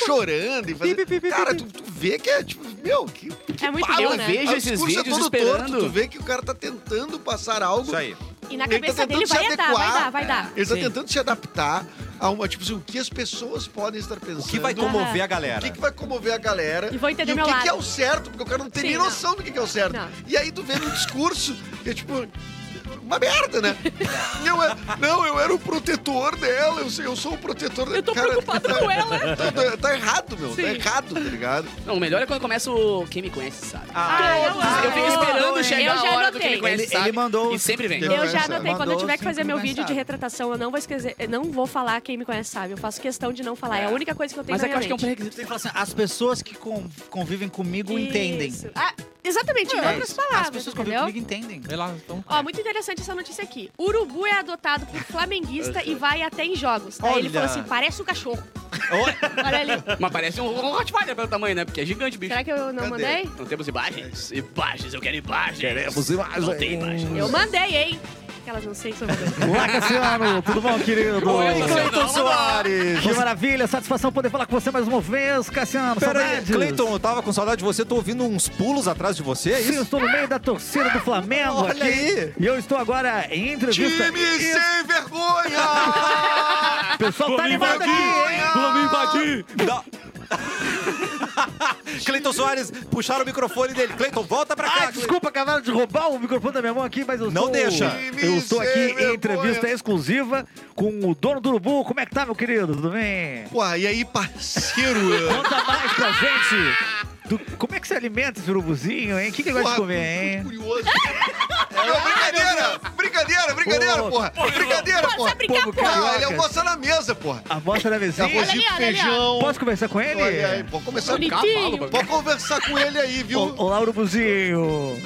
Speaker 5: chorando e fazendo. Cara, tu, tu vê que é tipo, meu, que.
Speaker 2: É muito
Speaker 5: bala,
Speaker 2: bom,
Speaker 3: eu
Speaker 2: né?
Speaker 3: vejo
Speaker 5: o
Speaker 3: esses
Speaker 5: discurso é
Speaker 3: vídeos
Speaker 5: todo
Speaker 3: esperando.
Speaker 5: torto. Tu vê que o cara tá tentando passar algo.
Speaker 1: Isso aí.
Speaker 2: E na
Speaker 5: Ele tá
Speaker 2: cabeça
Speaker 5: tentando
Speaker 2: dele
Speaker 5: se
Speaker 2: vai dar, vai
Speaker 5: adequar.
Speaker 2: dar, vai dar.
Speaker 5: Ele tá
Speaker 4: Sim.
Speaker 5: tentando se adaptar a uma, tipo assim, o que as pessoas podem estar pensando.
Speaker 1: O que vai comover a
Speaker 5: O
Speaker 1: galera?
Speaker 5: que, que vai comover a galera?
Speaker 2: E vou entender
Speaker 5: e
Speaker 2: meu
Speaker 5: o que,
Speaker 2: lado.
Speaker 5: que é o certo, porque o cara não tem
Speaker 2: Sim,
Speaker 5: nem
Speaker 2: não.
Speaker 5: noção do que, que é o certo.
Speaker 2: Não.
Speaker 5: E aí tu vê um discurso que é tipo. Uma merda, né? Eu era- não, eu era o protetor dela, eu, sei, eu sou o protetor dela.
Speaker 2: Eu tô
Speaker 5: Cara,
Speaker 2: preocupado
Speaker 5: tá-
Speaker 2: com ela.
Speaker 5: Tá, tá- tá errado, meu.
Speaker 2: Sim.
Speaker 5: Tá errado, tá ligado?
Speaker 3: Não, o melhor é quando começa o Quem Me Conhece Sabe.
Speaker 2: Ah, eu
Speaker 3: eu fico
Speaker 2: amo.
Speaker 3: esperando chegar
Speaker 2: Eu
Speaker 3: a
Speaker 2: já
Speaker 3: hora do Quem Me
Speaker 2: anotei.
Speaker 3: Conhece
Speaker 4: Ele-
Speaker 3: Sabe.
Speaker 4: ele mandou-
Speaker 3: E sempre vem.
Speaker 5: Ele-
Speaker 2: Eu já
Speaker 5: Mandou
Speaker 2: anotei. Quando eu tiver que
Speaker 4: cinco
Speaker 2: fazer meu vídeo
Speaker 4: mensagens.
Speaker 2: de retratação, eu não vou esquecer, eu não vou falar quem me conhece sabe. Eu faço questão de não falar. É a única coisa que eu tenho
Speaker 3: Mas
Speaker 2: na
Speaker 3: é que eu acho que
Speaker 2: minha
Speaker 3: é um pré-requisito.
Speaker 4: Você fala assim, as pessoas que con- convivem comigo um
Speaker 2: mente.
Speaker 4: entendem.
Speaker 2: Isso. Ah, exatamente, em
Speaker 4: É,
Speaker 2: outras palavras,
Speaker 4: As pessoas que convivem
Speaker 2: entendeu?
Speaker 4: comigo entendem. Vai lá, então.
Speaker 2: Ó, muito interessante essa notícia aqui. Urubu é adotado por flamenguista e vai até em jogos. Daí ele
Speaker 1: Olha.
Speaker 2: falou assim, parece um cachorro. Olha ali.
Speaker 3: Mas parece um um Rottweiler pelo tamanho, né? Porque é gigante, bicho.
Speaker 2: Será que eu não
Speaker 5: Cadê?
Speaker 2: mandei?
Speaker 3: Não temos imagens? Imagens, eu quero imagens. Queremos
Speaker 1: imagens.
Speaker 3: Não tem imagens.
Speaker 2: Eu mandei, hein? Aquelas não sei se eu mandei.
Speaker 8: Olá, Cassiano! assim, Tudo bom, querido?
Speaker 3: Oi, Cleiton
Speaker 1: Soares!
Speaker 8: Que maravilha, satisfação poder falar com você mais uma vez, Cassiano.
Speaker 1: Pera aí,
Speaker 8: saudades.
Speaker 1: Cleiton, eu tava com saudade de você, tô ouvindo uns pulos atrás de você, é
Speaker 8: Sim, eu
Speaker 1: isso?
Speaker 8: estou no meio da torcida do Flamengo
Speaker 1: Olha
Speaker 8: aqui.
Speaker 1: aí.
Speaker 8: E eu estou agora em entrevista.
Speaker 5: Time
Speaker 8: Isso,
Speaker 5: sem vergonha!
Speaker 8: O pessoal tá animado aqui, hein?
Speaker 5: Vamos
Speaker 1: invadir! Não. Cleiton Soares, puxaram o microfone dele. Cleiton, volta pra cá.
Speaker 8: Ai, Ah, desculpa, acabaram de roubar o microfone da minha mão aqui, mas eu
Speaker 1: Não
Speaker 8: estou...
Speaker 1: deixa.
Speaker 8: Eu estou aqui
Speaker 5: Time sem
Speaker 8: em entrevista
Speaker 5: vergonha.
Speaker 8: exclusiva com o dono do Urubu. Como é que tá, meu querido? Tudo bem?
Speaker 5: Uai, e aí, parceiro?
Speaker 8: Conta mais pra gente. do- como é que se alimenta esse urubuzinho, hein? O que, que ele gosta de
Speaker 5: Porra,
Speaker 8: comer, hein?
Speaker 5: muito curioso. É brincadeira, brincadeira, brincadeira,
Speaker 8: Ô,
Speaker 5: porra. Brincadeira,
Speaker 2: Pô,
Speaker 5: porra.
Speaker 2: sabe brincar,
Speaker 8: Povo
Speaker 2: pô?
Speaker 8: carioca.
Speaker 5: Ah, ele almoça na mesa, porra.
Speaker 8: A moça da vizinha.
Speaker 5: Arrozinho com
Speaker 2: olha ali, ó.
Speaker 5: feijão.
Speaker 8: Posso conversar com ele?
Speaker 5: Olha aí, pode começar
Speaker 2: Bonitinho.
Speaker 5: Cavalo, Pode conversar com ele aí, viu?
Speaker 8: O- Olá, urubuzinho.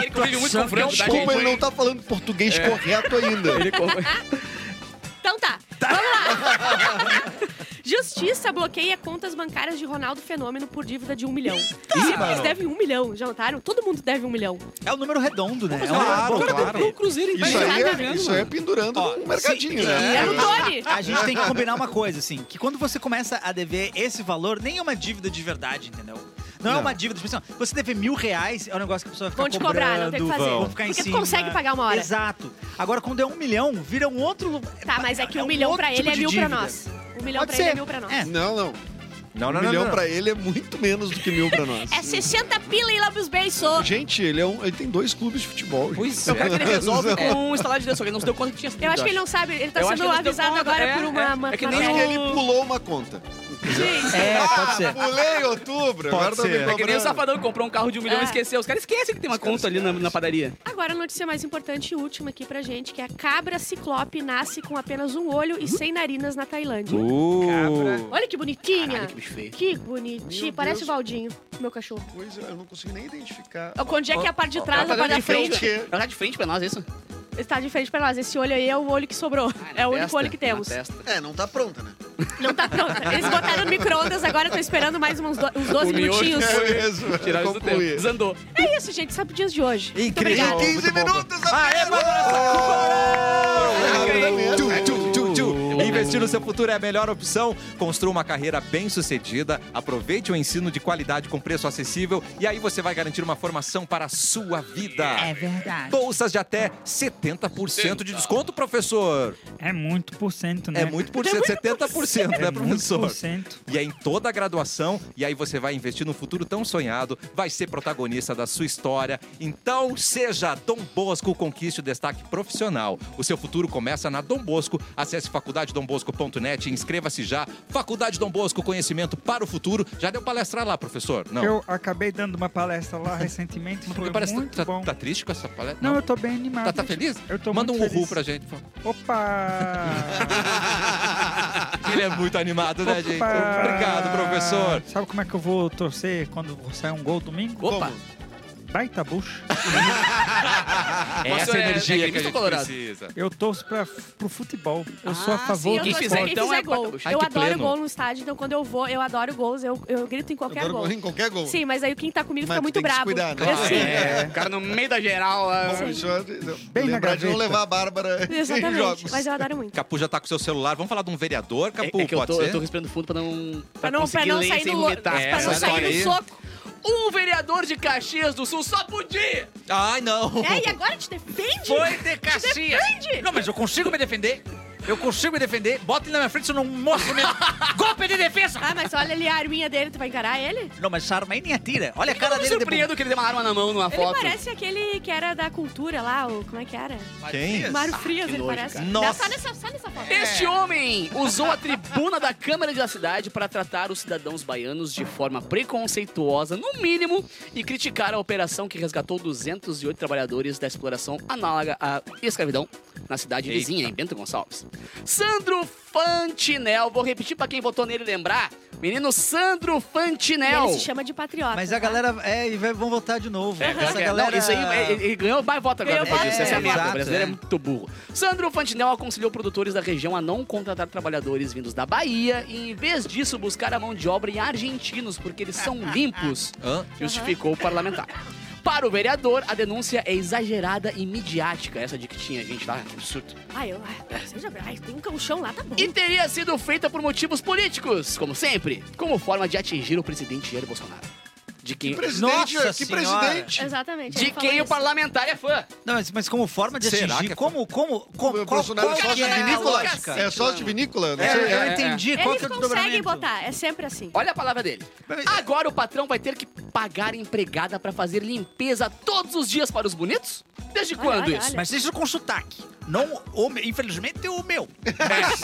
Speaker 3: Ele convive muito com o Franco, tá,
Speaker 5: Desculpa, ele
Speaker 3: gente?
Speaker 5: não tá falando português
Speaker 3: É.
Speaker 5: correto ainda.
Speaker 3: Ele convive-
Speaker 2: Então tá, vamos lá. Justiça bloqueia contas bancárias de Ronaldo Fenômeno por dívida de um milhão. Eles devem um milhão, já notaram? Todo mundo deve um milhão.
Speaker 4: É um número redondo, né? É um número
Speaker 1: Claro,
Speaker 4: bom.
Speaker 1: claro.
Speaker 3: Cruzeiro
Speaker 5: Isso aí,
Speaker 2: Mas- tá
Speaker 5: é, isso aí é pendurando
Speaker 4: Ó,
Speaker 5: um mercadinho,
Speaker 4: sim,
Speaker 5: né?
Speaker 2: Era o é Tony.
Speaker 4: A gente tem que combinar uma coisa, assim, que quando você começa a dever esse valor, nem é uma dívida de verdade, entendeu? Não, é uma dívida, tipo assim, ó, você dever mil reais é um negócio que a pessoa vai ficar
Speaker 2: Vão te
Speaker 4: cobrando,
Speaker 2: cobrar, não tem o que fazer.
Speaker 4: Vão ficar em
Speaker 2: Porque tu
Speaker 4: cima.
Speaker 2: consegue pagar uma hora.
Speaker 4: Exato. Agora, quando é um milhão, vira um outro... lu-
Speaker 2: Tá, mas é que um
Speaker 4: um
Speaker 2: milhão
Speaker 4: outro
Speaker 2: pra ele
Speaker 4: tipo
Speaker 2: é
Speaker 4: de
Speaker 2: mil pra
Speaker 4: dívida.
Speaker 2: nós. Um milhão
Speaker 4: Pode
Speaker 2: pra
Speaker 4: ser.
Speaker 3: tá.
Speaker 2: ele é mil pra nós.
Speaker 4: É.
Speaker 5: Não, não.
Speaker 1: Não, não,
Speaker 5: um
Speaker 1: não,
Speaker 5: milhão
Speaker 1: não.
Speaker 5: pra ele é muito menos do que mil pra nós.
Speaker 2: É 60 pila em Lábios Beijo.
Speaker 5: Gente, ele, é um, ele tem dois clubes de futebol. gente.
Speaker 1: Pois
Speaker 3: É o cara que ele resolve
Speaker 5: É.
Speaker 3: com um instalar de dedo, só que ele não se deu conta que tinha sido.
Speaker 2: Eu acho que ele não sabe, ele tá
Speaker 3: Eu acho
Speaker 2: sendo
Speaker 3: que ele deu
Speaker 2: avisado
Speaker 3: conta,
Speaker 2: agora
Speaker 3: é,
Speaker 2: por uma.
Speaker 3: é.
Speaker 2: uma
Speaker 3: É que
Speaker 2: uma
Speaker 3: nem
Speaker 5: Acho que
Speaker 2: matéria.
Speaker 5: ele pulou uma conta. Ah,
Speaker 2: Gente,
Speaker 4: É, pode ser.
Speaker 5: Pulei outubro,
Speaker 1: Pode
Speaker 5: agora tá me
Speaker 1: ser.
Speaker 3: É que nem o
Speaker 5: cobrando.
Speaker 3: safadão que comprou um carro de um milhão
Speaker 2: É. Tá
Speaker 3: e esqueceu. Os caras esquecem que tem uma conta ali na, na padaria.
Speaker 2: agora a notícia mais importante e última aqui pra gente, que é a cabra ciclope nasce com apenas um olho e sem narinas na Tailândia.
Speaker 1: Uh.
Speaker 2: Olha que bonitinha!
Speaker 3: Caralho, que bicho feio.
Speaker 2: Que bonitinho.
Speaker 5: Meu
Speaker 2: Parece
Speaker 5: Deus.
Speaker 2: o Valdinho, meu cachorro.
Speaker 5: Pois é, eu não consigo nem identificar.
Speaker 2: Onde é que é a parte de trás,
Speaker 3: Ela
Speaker 2: a
Speaker 3: tá
Speaker 2: parte da
Speaker 3: de frente.
Speaker 2: frente?
Speaker 5: frente.
Speaker 3: Ela tá de frente pra nós, é isso?
Speaker 2: Ele tá de frente pra nós. Esse olho aí é o olho que sobrou.
Speaker 3: Ah,
Speaker 2: é o único olho que temos.
Speaker 5: É, não tá pronta, né?
Speaker 2: Não tá pronto. Eles botaram no micro-ondas agora, eu tô esperando mais uns, do, uns 12 minutinhos.
Speaker 5: É mesmo.
Speaker 3: Tirar isso do tempo.
Speaker 5: Concluir.
Speaker 3: Desandou.
Speaker 2: É isso, gente. Sabe dias de hoje. Muito
Speaker 1: Incrível.
Speaker 2: obrigada.
Speaker 1: Bom,
Speaker 5: Em 15
Speaker 1: muito bom.
Speaker 5: minutos,
Speaker 1: Aê, Barbarão!
Speaker 5: Ganhei.
Speaker 1: Tchu, tchu, tchu, tchu. Investir no seu futuro é a melhor opção. Construa uma carreira bem sucedida, aproveite o ensino de qualidade com preço acessível e aí você vai garantir uma formação para a sua vida.
Speaker 7: É verdade.
Speaker 1: Bolsas de até 70% de desconto, professor.
Speaker 7: É muito por cento, né?
Speaker 1: É muito por cento, 70%, né,
Speaker 7: É Muito por
Speaker 1: professor?
Speaker 7: cento.
Speaker 1: E é em toda a graduação, e aí você vai investir num futuro tão sonhado, vai ser protagonista da sua história. Então, seja Dom Bosco, conquiste o destaque profissional. O seu futuro começa na Dom Bosco. Acesse faculdadedombosco.net e inscreva-se já. Faculdade Dom Bosco, conhecimento para o futuro. Já deu palestra lá, professor? Não.
Speaker 7: Eu acabei dando uma palestra lá recentemente,
Speaker 1: Porque
Speaker 7: foi
Speaker 1: parece que
Speaker 7: muito
Speaker 1: tá,
Speaker 7: bom.
Speaker 1: tá triste com essa palestra?
Speaker 7: Não, eu tô bem animado.
Speaker 1: Tá, tá feliz?
Speaker 7: Eu tô
Speaker 1: Manda
Speaker 7: muito
Speaker 1: um uhul
Speaker 7: feliz.
Speaker 1: pra gente. por favor.
Speaker 7: Opa!
Speaker 1: Ele é muito animado, né, gente?
Speaker 7: Opa!
Speaker 1: Obrigado, professor.
Speaker 7: Sabe como é que eu vou torcer quando sair um gol domingo?
Speaker 3: Opa.
Speaker 7: Baita bucha.
Speaker 1: Essa
Speaker 3: é-
Speaker 1: é a energia
Speaker 3: é
Speaker 1: que a
Speaker 3: gremista
Speaker 1: gente
Speaker 3: colorado?
Speaker 1: precisa.
Speaker 7: Eu torço pra, pro futebol. Eu sou a
Speaker 2: Ah, Sim, eu
Speaker 7: favor do
Speaker 2: tô
Speaker 3: Quem
Speaker 2: quem
Speaker 7: esporte.
Speaker 3: fizer,
Speaker 2: fizer,
Speaker 3: então, é
Speaker 2: gol.
Speaker 3: quatro.
Speaker 1: Ai,
Speaker 2: eu
Speaker 1: que
Speaker 2: adoro
Speaker 1: pleno.
Speaker 2: gol no estádio, então quando eu vou, eu adoro gols, eu, eu grito em qualquer
Speaker 5: Adoro
Speaker 2: gol.
Speaker 5: correr em qualquer gol.
Speaker 2: Sim, mas aí quem tá comigo
Speaker 5: Mas
Speaker 2: fica
Speaker 5: tu
Speaker 2: muito
Speaker 5: tem que se
Speaker 2: bravo.
Speaker 5: cuidar, né?
Speaker 2: Eu
Speaker 5: Ah,
Speaker 2: sei.
Speaker 3: É, o cara no meio da geral. lá.
Speaker 5: Bom, isso é-
Speaker 7: Bem na
Speaker 5: Lembrar de não
Speaker 7: gaveta.
Speaker 5: levar a Bárbara em é. jogos.
Speaker 2: Exatamente. Mas eu adoro muito.
Speaker 1: Capu já tá com seu celular. Vamos falar de um vereador,
Speaker 3: É,
Speaker 1: Capu?
Speaker 3: é que eu
Speaker 1: pode
Speaker 3: tô, eu
Speaker 1: ser?
Speaker 3: tô respirando fundo pra não.
Speaker 2: Pra não, pra
Speaker 3: conseguir
Speaker 2: não
Speaker 3: ler
Speaker 2: sair
Speaker 3: sem
Speaker 2: no,
Speaker 3: vomitar.
Speaker 1: É,
Speaker 2: pra
Speaker 1: essa
Speaker 2: não sair
Speaker 1: história aí.
Speaker 2: no soco.
Speaker 3: Um vereador de Caxias do Sul só podia!
Speaker 1: Ai, não.
Speaker 2: É, e agora te defende?
Speaker 4: Foi de Caxias.
Speaker 2: Defende!
Speaker 4: Não, mas eu consigo me defender. Eu consigo me defender. Bota ele na minha frente, senão eu não mostro mesmo. Golpe de defesa.
Speaker 2: Ah, mas olha ali a arminha dele, tu vai encarar ele?
Speaker 4: Não, mas essa arma aí nem atira. Olha a
Speaker 3: Cara,
Speaker 4: cara
Speaker 3: eu me
Speaker 4: dele. de
Speaker 3: surpreendo que ele deu uma arma na mão numa
Speaker 2: Ele
Speaker 3: foto.
Speaker 2: parece aquele que era da cultura lá, o, como é que era?
Speaker 1: Quem?
Speaker 5: Ah,
Speaker 2: Mário Frias, ele
Speaker 3: nojo,
Speaker 2: parece.
Speaker 3: cara.
Speaker 2: Não,
Speaker 1: Nossa.
Speaker 2: Só nessa, só nessa foto.
Speaker 3: Este homem usou a tribuna da Câmara da cidade para tratar os cidadãos baianos de forma preconceituosa, no mínimo, e criticar a operação que resgatou 208 trabalhadores da exploração análoga à escravidão na cidade
Speaker 1: Eita.
Speaker 3: vizinha, em Bento Gonçalves. Sandro Fantinel, vou repetir para quem votou nele lembrar, menino Sandro
Speaker 2: E
Speaker 3: Fantinel.
Speaker 2: Ele se chama de patriota.
Speaker 4: Mas a
Speaker 2: tá?
Speaker 4: galera. É, e vai- vão votar de novo.
Speaker 3: É,
Speaker 4: Essa
Speaker 3: não,
Speaker 4: galera.
Speaker 3: isso aí, é, ele, ele ganhou mais voto agora.
Speaker 2: Ganhou
Speaker 3: por
Speaker 2: voto,
Speaker 3: causa disso, Essa
Speaker 2: é.
Speaker 3: merda,
Speaker 4: Exato,
Speaker 3: o brasileiro é.
Speaker 4: é.
Speaker 3: muito burro. Sandro Fantinel aconselhou produtores da região a não contratar trabalhadores vindos da Bahia e, em vez disso, buscar a mão de obra em argentinos, porque eles são limpos,
Speaker 1: Hã?
Speaker 3: justificou o parlamentar. Para o vereador, a denúncia é exagerada e midiática. Essa de que tinha gente lá, que absurdo.
Speaker 2: Ai, eu, ai, seja, ai, tem um colchão lá, tá bom.
Speaker 3: E teria sido feita por motivos políticos, como sempre, como forma de atingir o presidente Jair Bolsonaro. De quem,
Speaker 5: Presidente,
Speaker 4: Nossa
Speaker 5: que
Speaker 4: Senhora.
Speaker 5: presidente.
Speaker 2: Exatamente.
Speaker 3: de
Speaker 2: ele falou
Speaker 3: quem o
Speaker 2: isso.
Speaker 3: parlamentar é fã.
Speaker 4: Não, mas, mas como forma de
Speaker 1: Será
Speaker 4: atingir.
Speaker 1: que é
Speaker 4: como, como, como,
Speaker 5: O
Speaker 4: qual-
Speaker 5: Bolsonaro é
Speaker 4: qual que
Speaker 5: sócio
Speaker 4: é a
Speaker 5: vinícola?
Speaker 4: lógica?
Speaker 5: É sócio vinícola? Não
Speaker 4: É,
Speaker 5: sei.
Speaker 4: eu entendi. qual que é
Speaker 2: Eles
Speaker 4: o
Speaker 2: conseguem
Speaker 4: desdobramento.
Speaker 2: botar, é sempre assim.
Speaker 3: Olha a palavra dele. Agora o patrão vai ter que pagar a empregada pra fazer limpeza todos os dias para os bonitos? Desde
Speaker 2: Olha,
Speaker 3: quando
Speaker 2: olha,
Speaker 3: isso?
Speaker 4: Mas isso com sotaque. Não o meu, infelizmente o meu. Mas,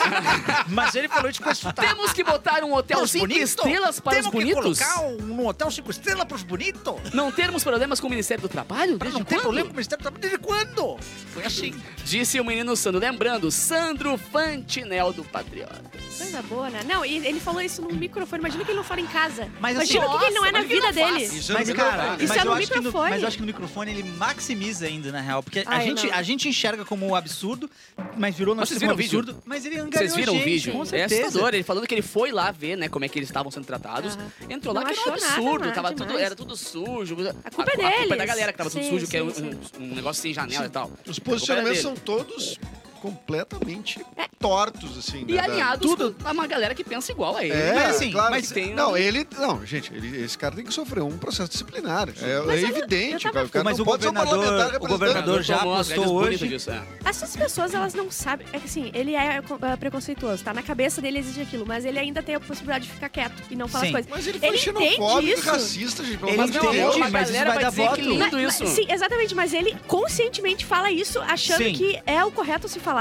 Speaker 4: mas ele falou tipo, isso com esse sotaque.
Speaker 3: Tá. Temos que botar um hotel
Speaker 4: Os
Speaker 3: cinco
Speaker 4: bonitos?
Speaker 3: estrelas para os
Speaker 4: Temos que
Speaker 3: bonitos?
Speaker 4: colocar um, um hotel cinco estrelas para os bonitos?
Speaker 3: Não termos problemas com o Ministério do Trabalho?
Speaker 4: Pra
Speaker 3: Desde
Speaker 4: não ter
Speaker 3: quando?
Speaker 4: problema com o Ministério do Trabalho. Desde quando? Foi assim.
Speaker 3: Disse o menino Sandro. Lembrando, Sandro Fantinel do Patriota.
Speaker 2: Coisa boa, né? Não, e ele falou isso no microfone. Imagina que ele não fala em casa.
Speaker 4: Mas,
Speaker 2: Imagina
Speaker 4: assim,
Speaker 2: o que que ele não é na
Speaker 3: nossa,
Speaker 2: vida
Speaker 3: mas que não
Speaker 2: dele.
Speaker 3: faz.
Speaker 4: Mas, cara,
Speaker 2: Isso
Speaker 4: mas
Speaker 2: é no
Speaker 4: eu acho que
Speaker 2: microfone.
Speaker 4: mas eu acho que no microfone ele maximiza ainda, na real. Porque a,
Speaker 2: Ai,
Speaker 4: gente,
Speaker 2: não.
Speaker 4: a gente enxerga como um absurdo, mas virou
Speaker 3: Mas
Speaker 4: notícia
Speaker 3: vocês
Speaker 4: como um
Speaker 3: viram o
Speaker 4: absurdo. Mas ele angariou
Speaker 3: Vocês viram
Speaker 4: gente,
Speaker 3: o vídeo?
Speaker 4: com
Speaker 3: é
Speaker 4: certeza.
Speaker 3: assustador. Ele falando que ele foi lá ver, né, como é que eles estavam sendo tratados.
Speaker 2: Aham.
Speaker 3: Entrou lá
Speaker 2: Ah. Não
Speaker 3: que era um
Speaker 2: achou nada,
Speaker 3: absurdo.
Speaker 2: nada
Speaker 3: tava
Speaker 2: demais.
Speaker 3: tudo, era tudo sujo.
Speaker 2: A culpa é
Speaker 3: A culpa é da
Speaker 2: deles.
Speaker 3: galera que tava tudo
Speaker 2: Sim,
Speaker 3: sujo, que era um,
Speaker 2: sim,
Speaker 3: um- um negócio sem janela e tal.
Speaker 5: Os
Speaker 3: A culpa era
Speaker 5: posicionamentos são
Speaker 3: dele.
Speaker 5: todos completamente
Speaker 2: É,
Speaker 5: tortos, assim.
Speaker 3: E
Speaker 5: né, da-
Speaker 3: alinhados a uma galera que pensa igual a ele.
Speaker 5: É,
Speaker 3: né?
Speaker 4: Mas, assim,
Speaker 5: claro.
Speaker 3: mas
Speaker 5: que-
Speaker 3: tem um-
Speaker 5: Não, ele. Não, gente, ele- esse cara tem que sofrer um processo disciplinar. É, é
Speaker 2: eu- eu
Speaker 5: evidente,
Speaker 2: tava-
Speaker 5: cara. O cara
Speaker 1: Mas
Speaker 5: não
Speaker 1: o
Speaker 5: pode ser um
Speaker 1: governador-
Speaker 5: parlamentar
Speaker 1: o governador- governador
Speaker 5: representante.
Speaker 1: já
Speaker 3: tomou as
Speaker 1: postou
Speaker 3: rédeas bonitas
Speaker 1: hoje.
Speaker 3: disso, é.
Speaker 2: Essas pessoas, elas não sabem. É que assim, ele é eh, preconceituoso, tá? Na cabeça dele existe aquilo, mas ele ainda tem a possibilidade de ficar quieto e não falar
Speaker 4: Sim.
Speaker 2: as coisas.
Speaker 5: Mas ele foi
Speaker 2: Ele entende
Speaker 5: xenofóbico e
Speaker 2: isso.
Speaker 5: racista, gente. Pelo
Speaker 7: Ele
Speaker 5: amor de
Speaker 7: entende,
Speaker 5: Deus.
Speaker 3: Uma
Speaker 7: mas isso
Speaker 3: galera
Speaker 7: vai dar
Speaker 3: dizer que
Speaker 7: voto.
Speaker 3: lindo
Speaker 2: Mas-
Speaker 3: isso.
Speaker 2: mas- sim, exatamente, mas ele conscientemente fala isso achando
Speaker 4: Sim.
Speaker 2: que é o correto se falar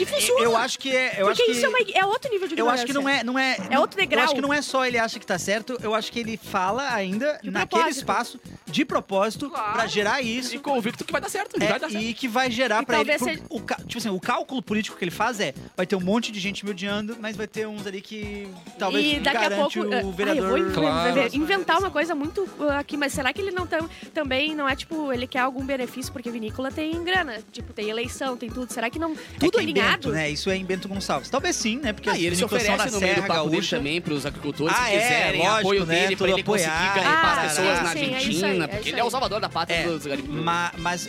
Speaker 2: e funciona.
Speaker 4: Eu acho que é. Eu
Speaker 2: Porque
Speaker 4: acho que...
Speaker 2: isso é, uma, é outro nível de
Speaker 4: Eu acho
Speaker 2: ignorância.
Speaker 4: que não é, não é.
Speaker 2: É outro
Speaker 4: Eu
Speaker 2: degrau.
Speaker 4: acho que não é só ele acha que tá certo, eu acho que ele fala ainda
Speaker 2: De
Speaker 4: naquele
Speaker 2: propósito.
Speaker 4: espaço de propósito pra
Speaker 2: Claro.
Speaker 4: gerar isso.
Speaker 3: E convicto que vai dar certo.
Speaker 4: é,
Speaker 3: vai dar certo.
Speaker 4: e que vai gerar
Speaker 2: E
Speaker 4: pra ele.
Speaker 2: talvez
Speaker 4: pro-
Speaker 2: seja-
Speaker 4: o, ca- tipo assim, o cálculo político que ele faz é: vai ter um monte de gente me odiando, mas vai ter uns ali que talvez
Speaker 2: e daqui a
Speaker 4: garante
Speaker 2: pouco. ah,
Speaker 4: o
Speaker 2: ai, eu
Speaker 4: vereador.
Speaker 2: vou inven-
Speaker 9: Claro.
Speaker 2: inven- inventar uma coisa muito ah, aqui, mas será que ele não tam- também não é tipo, ele quer algum benefício porque vinícola tem grana, tipo, tem eleição, tem tudo. Será que não tudo
Speaker 4: é que em Bento,
Speaker 2: alinhado?
Speaker 4: né? Isso é em Bento Gonçalves. Talvez sim, né? Porque
Speaker 3: Ah, e ele se
Speaker 4: vinícolas são
Speaker 3: oferece
Speaker 4: da
Speaker 3: no meio do
Speaker 4: Serra
Speaker 3: papo dele
Speaker 4: Gaúcha.
Speaker 3: também pros agricultores
Speaker 4: Ah,
Speaker 3: que
Speaker 4: é,
Speaker 3: quiserem
Speaker 4: lógico,
Speaker 3: apoio
Speaker 4: né,
Speaker 3: dele pra
Speaker 4: tudo
Speaker 3: ele conseguir
Speaker 4: apoiar.
Speaker 3: garimpa
Speaker 2: Ah,
Speaker 3: as pessoas
Speaker 2: sim,
Speaker 3: na
Speaker 2: sim, é isso aí,
Speaker 3: Argentina,
Speaker 2: é
Speaker 3: porque
Speaker 2: isso
Speaker 3: ele é o
Speaker 2: aí.
Speaker 3: salvador da pátria
Speaker 4: É,
Speaker 3: dos garimpeiros.
Speaker 4: Ma- Mas,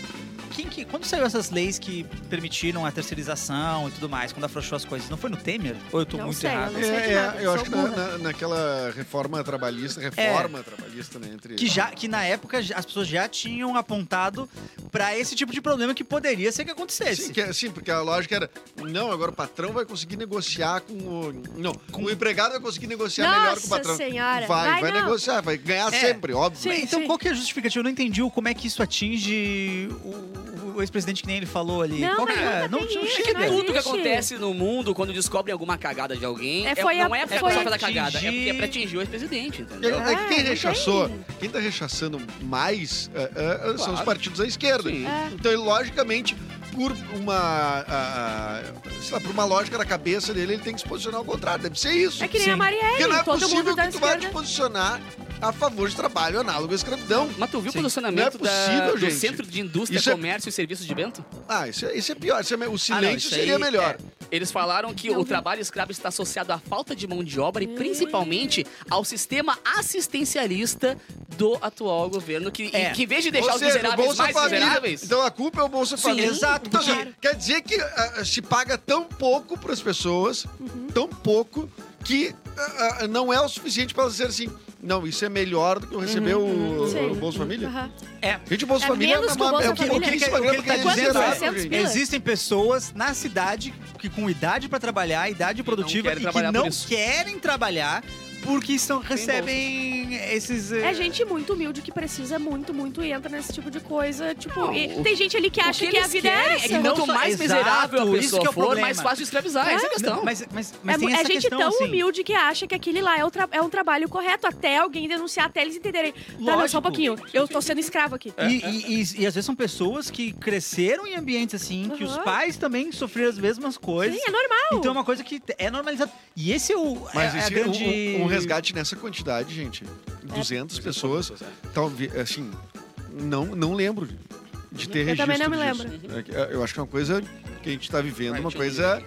Speaker 4: quem que- quando saiu essas leis que permitiram a terceirização e tudo mais, quando afrouxou as coisas, não foi no Temer? Ou eu tô
Speaker 2: Não
Speaker 4: muito
Speaker 2: sei, eu
Speaker 4: errado?
Speaker 2: não sei de
Speaker 5: É, é,
Speaker 2: nada,
Speaker 5: eu
Speaker 2: sou
Speaker 5: acho que na-
Speaker 2: burra.
Speaker 5: na- naquela reforma trabalhista, reforma trabalhista, né? Entre
Speaker 4: Que, já, Ah, que na época já- as pessoas já tinham apontado pra esse tipo de problema que poderia ser que
Speaker 7: é
Speaker 4: acontecesse.
Speaker 5: Sim, que- é, sim, porque a lógica era, não, agora o patrão vai conseguir negociar com o... Não, o empregado vai conseguir negociar é melhor com o
Speaker 2: Nossa
Speaker 5: patrão.
Speaker 2: Senhora,
Speaker 5: Vai, vai,
Speaker 2: vai não.
Speaker 5: negociar, vai ganhar
Speaker 4: É.
Speaker 5: sempre, óbvio. né?
Speaker 4: Sim,
Speaker 5: Sim.
Speaker 4: então
Speaker 2: sim.
Speaker 4: qual que é a justificativa? Eu não entendi o- como é que isso atinge o, o ex-presidente que nem ele falou ali.
Speaker 2: Não,
Speaker 4: qual que
Speaker 2: mas
Speaker 4: é?
Speaker 2: nunca tem isso, né?
Speaker 4: chega
Speaker 2: não
Speaker 4: dentro.
Speaker 3: Tudo que
Speaker 2: existe.
Speaker 3: acontece no mundo quando descobrem alguma cagada de alguém
Speaker 2: É,
Speaker 3: é,
Speaker 2: foi a-
Speaker 3: não é
Speaker 2: foi
Speaker 3: responsável pela
Speaker 4: atingir-
Speaker 3: cagada, é porque é pra atingir o ex-presidente, entendeu?
Speaker 5: É que quem
Speaker 2: Ah,
Speaker 5: rechaçou,
Speaker 2: entendi.
Speaker 5: quem tá rechaçando mais é, é, é, são os
Speaker 3: Claro.
Speaker 5: partidos da esquerda.
Speaker 3: Sim.
Speaker 2: É.
Speaker 5: Então, ele, logicamente, por uma, a- a- sei lá, por uma lógica da cabeça dele, ele tem que se posicionar ao contrário. Deve ser isso.
Speaker 2: É que nem a
Speaker 5: Porque não é
Speaker 2: Marielle, todo mundo
Speaker 5: possível
Speaker 2: da
Speaker 5: que tu vá te
Speaker 2: esquerda.
Speaker 5: posicionar a favor de trabalho análogo à escravidão.
Speaker 3: Mas tu viu o
Speaker 5: Não é
Speaker 3: posicionamento
Speaker 5: possível,
Speaker 3: da, do
Speaker 5: gente.
Speaker 3: Centro de Indústria,
Speaker 5: Isso é-
Speaker 3: Comércio e Serviços de Bento?
Speaker 5: Ah, isso é, isso é pior. isso é me- o
Speaker 3: Ah, não,
Speaker 5: silêncio
Speaker 3: isso aí
Speaker 5: seria melhor.
Speaker 3: é. Eles falaram que o trabalho escravo está associado à falta de mão de
Speaker 2: Hum.
Speaker 3: obra e principalmente ao sistema assistencialista do atual governo, que,
Speaker 4: É.
Speaker 3: e que em vez de deixar
Speaker 5: Ou
Speaker 3: os
Speaker 5: seja,
Speaker 3: miseráveis mais
Speaker 5: Família.
Speaker 3: miseráveis...
Speaker 5: Então a culpa é o Bolsa Família.
Speaker 4: exato,
Speaker 5: Então, assim,
Speaker 4: claro.
Speaker 5: Quer dizer que ah, ah, se paga tão pouco para as pessoas,
Speaker 2: Uhum.
Speaker 5: tão pouco, que ah, ah, não é o suficiente para elas dizerem assim, não, isso é melhor do que eu receber o- o,
Speaker 2: Uhum. Sim.
Speaker 5: Bolsa Família.
Speaker 2: Aham.
Speaker 5: Gente, o Bolsa
Speaker 2: É
Speaker 5: Família
Speaker 2: menos que o
Speaker 5: uma-
Speaker 2: Bolsa
Speaker 5: é o que,
Speaker 2: Família.
Speaker 5: o que esse
Speaker 4: O que ele
Speaker 5: programa
Speaker 4: tá
Speaker 5: quer
Speaker 4: dizendo
Speaker 5: dizer.
Speaker 4: é-
Speaker 5: sabe, gente?
Speaker 2: Pila.
Speaker 4: Existem pessoas na cidade que com idade pra trabalhar, idade produtiva,
Speaker 3: querem
Speaker 4: e que
Speaker 3: trabalhar
Speaker 4: não
Speaker 3: por isso.
Speaker 4: querem trabalhar porque estão, recebem esses... eh,
Speaker 2: É gente muito humilde que precisa muito, muito e entra nesse tipo de coisa. Tipo,
Speaker 3: Não,
Speaker 2: e
Speaker 3: o-
Speaker 2: tem gente ali que acha que a vida é essa.
Speaker 3: que
Speaker 4: só-
Speaker 3: quanto mais
Speaker 4: Exato,
Speaker 3: miserável a
Speaker 4: isso
Speaker 3: pessoa
Speaker 4: que é o
Speaker 3: for,
Speaker 4: problema.
Speaker 3: mais fácil de escravizar. Essa é a questão.
Speaker 4: Não, mas mas, mas
Speaker 2: é
Speaker 4: tem
Speaker 2: mu-
Speaker 4: essa
Speaker 2: é gente
Speaker 4: questão,
Speaker 2: tão
Speaker 4: assim,
Speaker 2: humilde que acha que aquele lá é, o tra- é um trabalho correto até alguém denunciar, até eles entenderem. Tá, não, só
Speaker 4: Lógico.
Speaker 2: um pouquinho. Eu tô sendo escravo aqui.
Speaker 4: É, E, e- e- e às vezes são pessoas que cresceram em ambientes assim, que os
Speaker 2: Aham.
Speaker 4: pais também sofreram as mesmas coisas.
Speaker 2: Sim, é normal.
Speaker 4: Então é uma coisa que é normalizada. E esse é o
Speaker 5: Mas
Speaker 4: é, é a
Speaker 5: esse,
Speaker 4: grande... É.
Speaker 5: um, um resgate nessa quantidade, gente, 200 pessoas, talvez, assim, não, não lembro de- de ter
Speaker 2: Eu
Speaker 5: registro
Speaker 2: também não me
Speaker 5: disso. É, Eu acho que é uma coisa que a gente está vivendo, uma coisa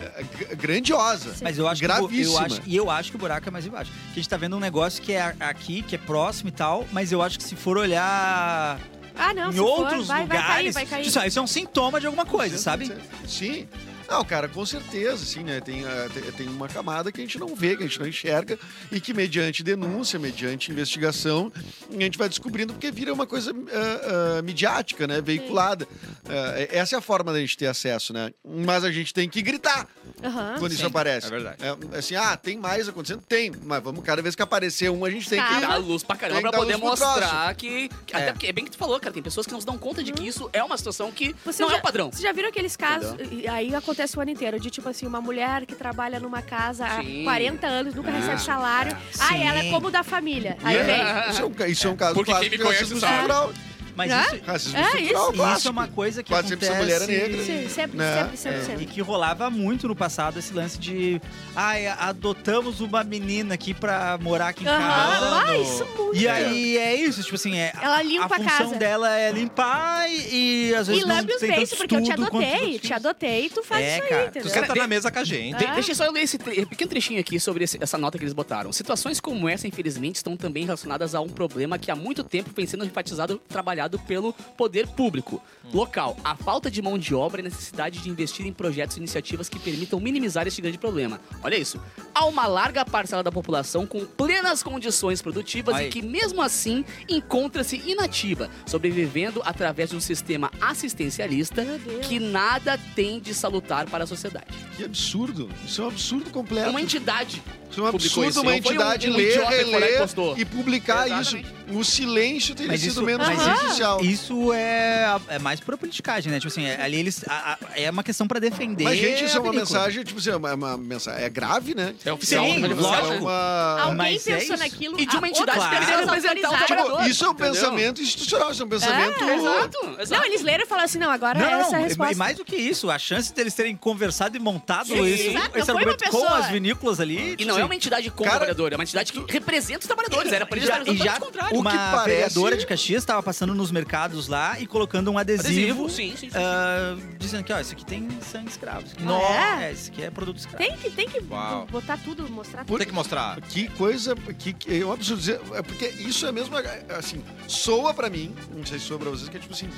Speaker 5: é, g- grandiosa.
Speaker 4: Mas eu acho que o- eu
Speaker 5: Gravíssima.
Speaker 4: acho, e eu acho que o buraco é mais embaixo. Que a gente tá vendo um negócio que é a- aqui, que é próximo e tal, mas eu acho que se for olhar
Speaker 2: Ah, não,
Speaker 4: em
Speaker 2: se for,
Speaker 4: outros
Speaker 2: vai,
Speaker 4: lugares,
Speaker 2: vai cair, vai
Speaker 4: Isso,
Speaker 2: cair.
Speaker 4: ah, isso é um sintoma de alguma coisa, sabe?
Speaker 5: Sim. Não, cara, com certeza, sim, né? Tem, ah, te- tem uma camada que a gente não vê, que a gente não enxerga, e que mediante denúncia, mediante investigação, a gente vai descobrindo, porque vira uma coisa ah, ah, midiática, né? Veiculada. Ah, essa é a forma da gente ter acesso, né? Mas a gente tem que gritar
Speaker 2: Aham.
Speaker 4: Ah,
Speaker 5: quando isso aparece.
Speaker 9: é verdade.
Speaker 5: É, assim, ah, tem mais acontecendo? Tem, mas vamos, cada vez que aparecer um, a gente tem
Speaker 2: Calma.
Speaker 5: que
Speaker 3: Dá luz pra caramba
Speaker 5: Tem que
Speaker 3: pra
Speaker 5: dar
Speaker 3: poder
Speaker 5: luz pro troço.
Speaker 3: mostrar que. que-
Speaker 5: É.
Speaker 3: Até porque é bem que tu falou, cara. Tem pessoas que não se dão conta de que isso é uma situação que
Speaker 2: Vocês
Speaker 3: não é
Speaker 2: Hum. já-
Speaker 3: o padrão.
Speaker 2: Vocês já viram aqueles casos, e aí acontece o ano inteiro, de tipo assim, uma mulher que trabalha numa casa
Speaker 3: Sim.
Speaker 2: há 40 anos, nunca recebe salário. Ah,
Speaker 4: Sim.
Speaker 2: ela é como da família. Aí
Speaker 5: É,
Speaker 2: vem.
Speaker 5: Isso é um, ca- isso é um caso
Speaker 9: Porque
Speaker 5: clássico
Speaker 9: quem me
Speaker 5: de
Speaker 9: conhece
Speaker 5: racismo
Speaker 9: sabe.
Speaker 5: estrutural.
Speaker 4: Mas
Speaker 2: Né?
Speaker 4: isso,
Speaker 5: Racismo
Speaker 2: É,
Speaker 5: estrutural
Speaker 4: isso é
Speaker 5: clássico.
Speaker 4: uma coisa que
Speaker 5: Quase sempre
Speaker 4: acontece...
Speaker 5: essa mulher é negra.
Speaker 2: Sim, sempre,
Speaker 5: Né?
Speaker 2: sempre, sempre,
Speaker 5: É.
Speaker 4: E
Speaker 2: sempre.
Speaker 4: que rolava muito no passado esse lance de. Ai, adotamos uma menina aqui pra morar aqui em
Speaker 2: Aham.
Speaker 4: casa.
Speaker 2: Ah, isso muito.
Speaker 4: E aí é isso, tipo assim, é.
Speaker 2: Ela limpa
Speaker 4: a
Speaker 2: a
Speaker 4: função
Speaker 2: um casa.
Speaker 4: dela é limpar e, e às vezes.
Speaker 2: E
Speaker 4: não
Speaker 2: lambe os
Speaker 4: tem
Speaker 2: beijos,
Speaker 4: tanto
Speaker 2: porque eu te
Speaker 4: estudo quanto
Speaker 2: adotei.
Speaker 4: os
Speaker 2: Te
Speaker 4: filhos.
Speaker 2: adotei, tu faz
Speaker 4: É,
Speaker 2: isso
Speaker 4: cara.
Speaker 2: aí,
Speaker 1: Tu
Speaker 2: entendeu?
Speaker 1: senta tá na mesa com a gente.
Speaker 2: Ah.
Speaker 3: Deixa eu só ler esse tre- pequeno trechinho aqui sobre esse- essa nota que eles botaram. Situações como essa, infelizmente, estão também relacionadas a um problema que há muito tempo vem sendo enfatizado, trabalhado financiado pelo poder público. Local, a falta de mão de obra e a necessidade de investir em projetos e iniciativas que permitam minimizar esse grande problema. Olha isso. Há uma larga parcela da população com plenas condições produtivas
Speaker 4: Aí.
Speaker 3: e que, mesmo assim, encontra-se inativa, sobrevivendo através de um sistema assistencialista que nada tem de salutar para a sociedade.
Speaker 5: Que absurdo. Isso é um absurdo completo.
Speaker 3: Uma entidade
Speaker 5: Isso é um
Speaker 3: publicou
Speaker 5: absurdo
Speaker 3: isso,
Speaker 5: uma
Speaker 3: não foi um-
Speaker 5: entidade
Speaker 3: um
Speaker 5: ler,
Speaker 3: idiota que foi lá e
Speaker 5: reler
Speaker 3: postou.
Speaker 5: e publicar
Speaker 3: Exatamente.
Speaker 5: isso. O silêncio teria
Speaker 4: Mas
Speaker 5: sido
Speaker 4: isso-
Speaker 5: menos
Speaker 4: mas isso-
Speaker 5: prejudicial.
Speaker 4: Isso é, é mais pra politicagem, né? Tipo assim, é- ali eles. a- a- é uma questão pra defender.
Speaker 5: Mas, gente, isso
Speaker 4: a
Speaker 5: é uma
Speaker 4: vinícola.
Speaker 5: mensagem, tipo assim, é uma, uma mensagem. É grave, né?
Speaker 3: é oficial.
Speaker 4: Sim,
Speaker 3: é oficial.
Speaker 5: É uma-
Speaker 2: Alguém
Speaker 4: Mas é
Speaker 2: pensou
Speaker 4: isso.
Speaker 2: naquilo.
Speaker 3: E de uma
Speaker 2: a
Speaker 3: entidade
Speaker 2: outras
Speaker 4: que deveria
Speaker 2: pessoas
Speaker 3: representar o
Speaker 2: autorizaram.
Speaker 4: tipo,
Speaker 3: trabalhador.
Speaker 5: Isso é um
Speaker 3: Entendeu?
Speaker 5: pensamento institucional, isso é um pensamento.
Speaker 3: Exato, exato.
Speaker 2: Não, eles leram e falaram assim, não, agora
Speaker 4: Não,
Speaker 2: é
Speaker 4: não,
Speaker 2: essa a
Speaker 4: não. E
Speaker 2: resposta.
Speaker 4: mais do que isso, a chance deles terem conversado e montado
Speaker 2: Sim,
Speaker 4: isso,
Speaker 2: exato, não
Speaker 4: esse
Speaker 2: foi uma
Speaker 4: argumento com
Speaker 2: pessoa.
Speaker 4: as vinícolas ali.
Speaker 3: E não é uma entidade contra o trabalhador, é uma entidade que representa os trabalhadores.
Speaker 5: É,
Speaker 3: Era pra eles
Speaker 4: já, e
Speaker 3: estarem
Speaker 4: já
Speaker 3: o contrário.
Speaker 4: uma
Speaker 5: O que parece-
Speaker 4: vereadora de Caxias estava passando nos mercados lá e colocando um adesivo,
Speaker 3: sim, sim. sim.
Speaker 4: ah, dizendo que ó, isso aqui tem sangue escravo. Isso aqui,
Speaker 2: Ah,
Speaker 4: não
Speaker 2: é?
Speaker 4: é, isso aqui é produto escravo.
Speaker 2: Tem que, tem que
Speaker 1: Uau.
Speaker 2: botar tudo, mostrar tudo.
Speaker 5: Por-
Speaker 1: Tem que mostrar.
Speaker 5: Que coisa. Que, que, eu preciso dizer. É porque isso é mesmo. Assim, soa pra mim, não sei se soa pra vocês, que é tipo assim: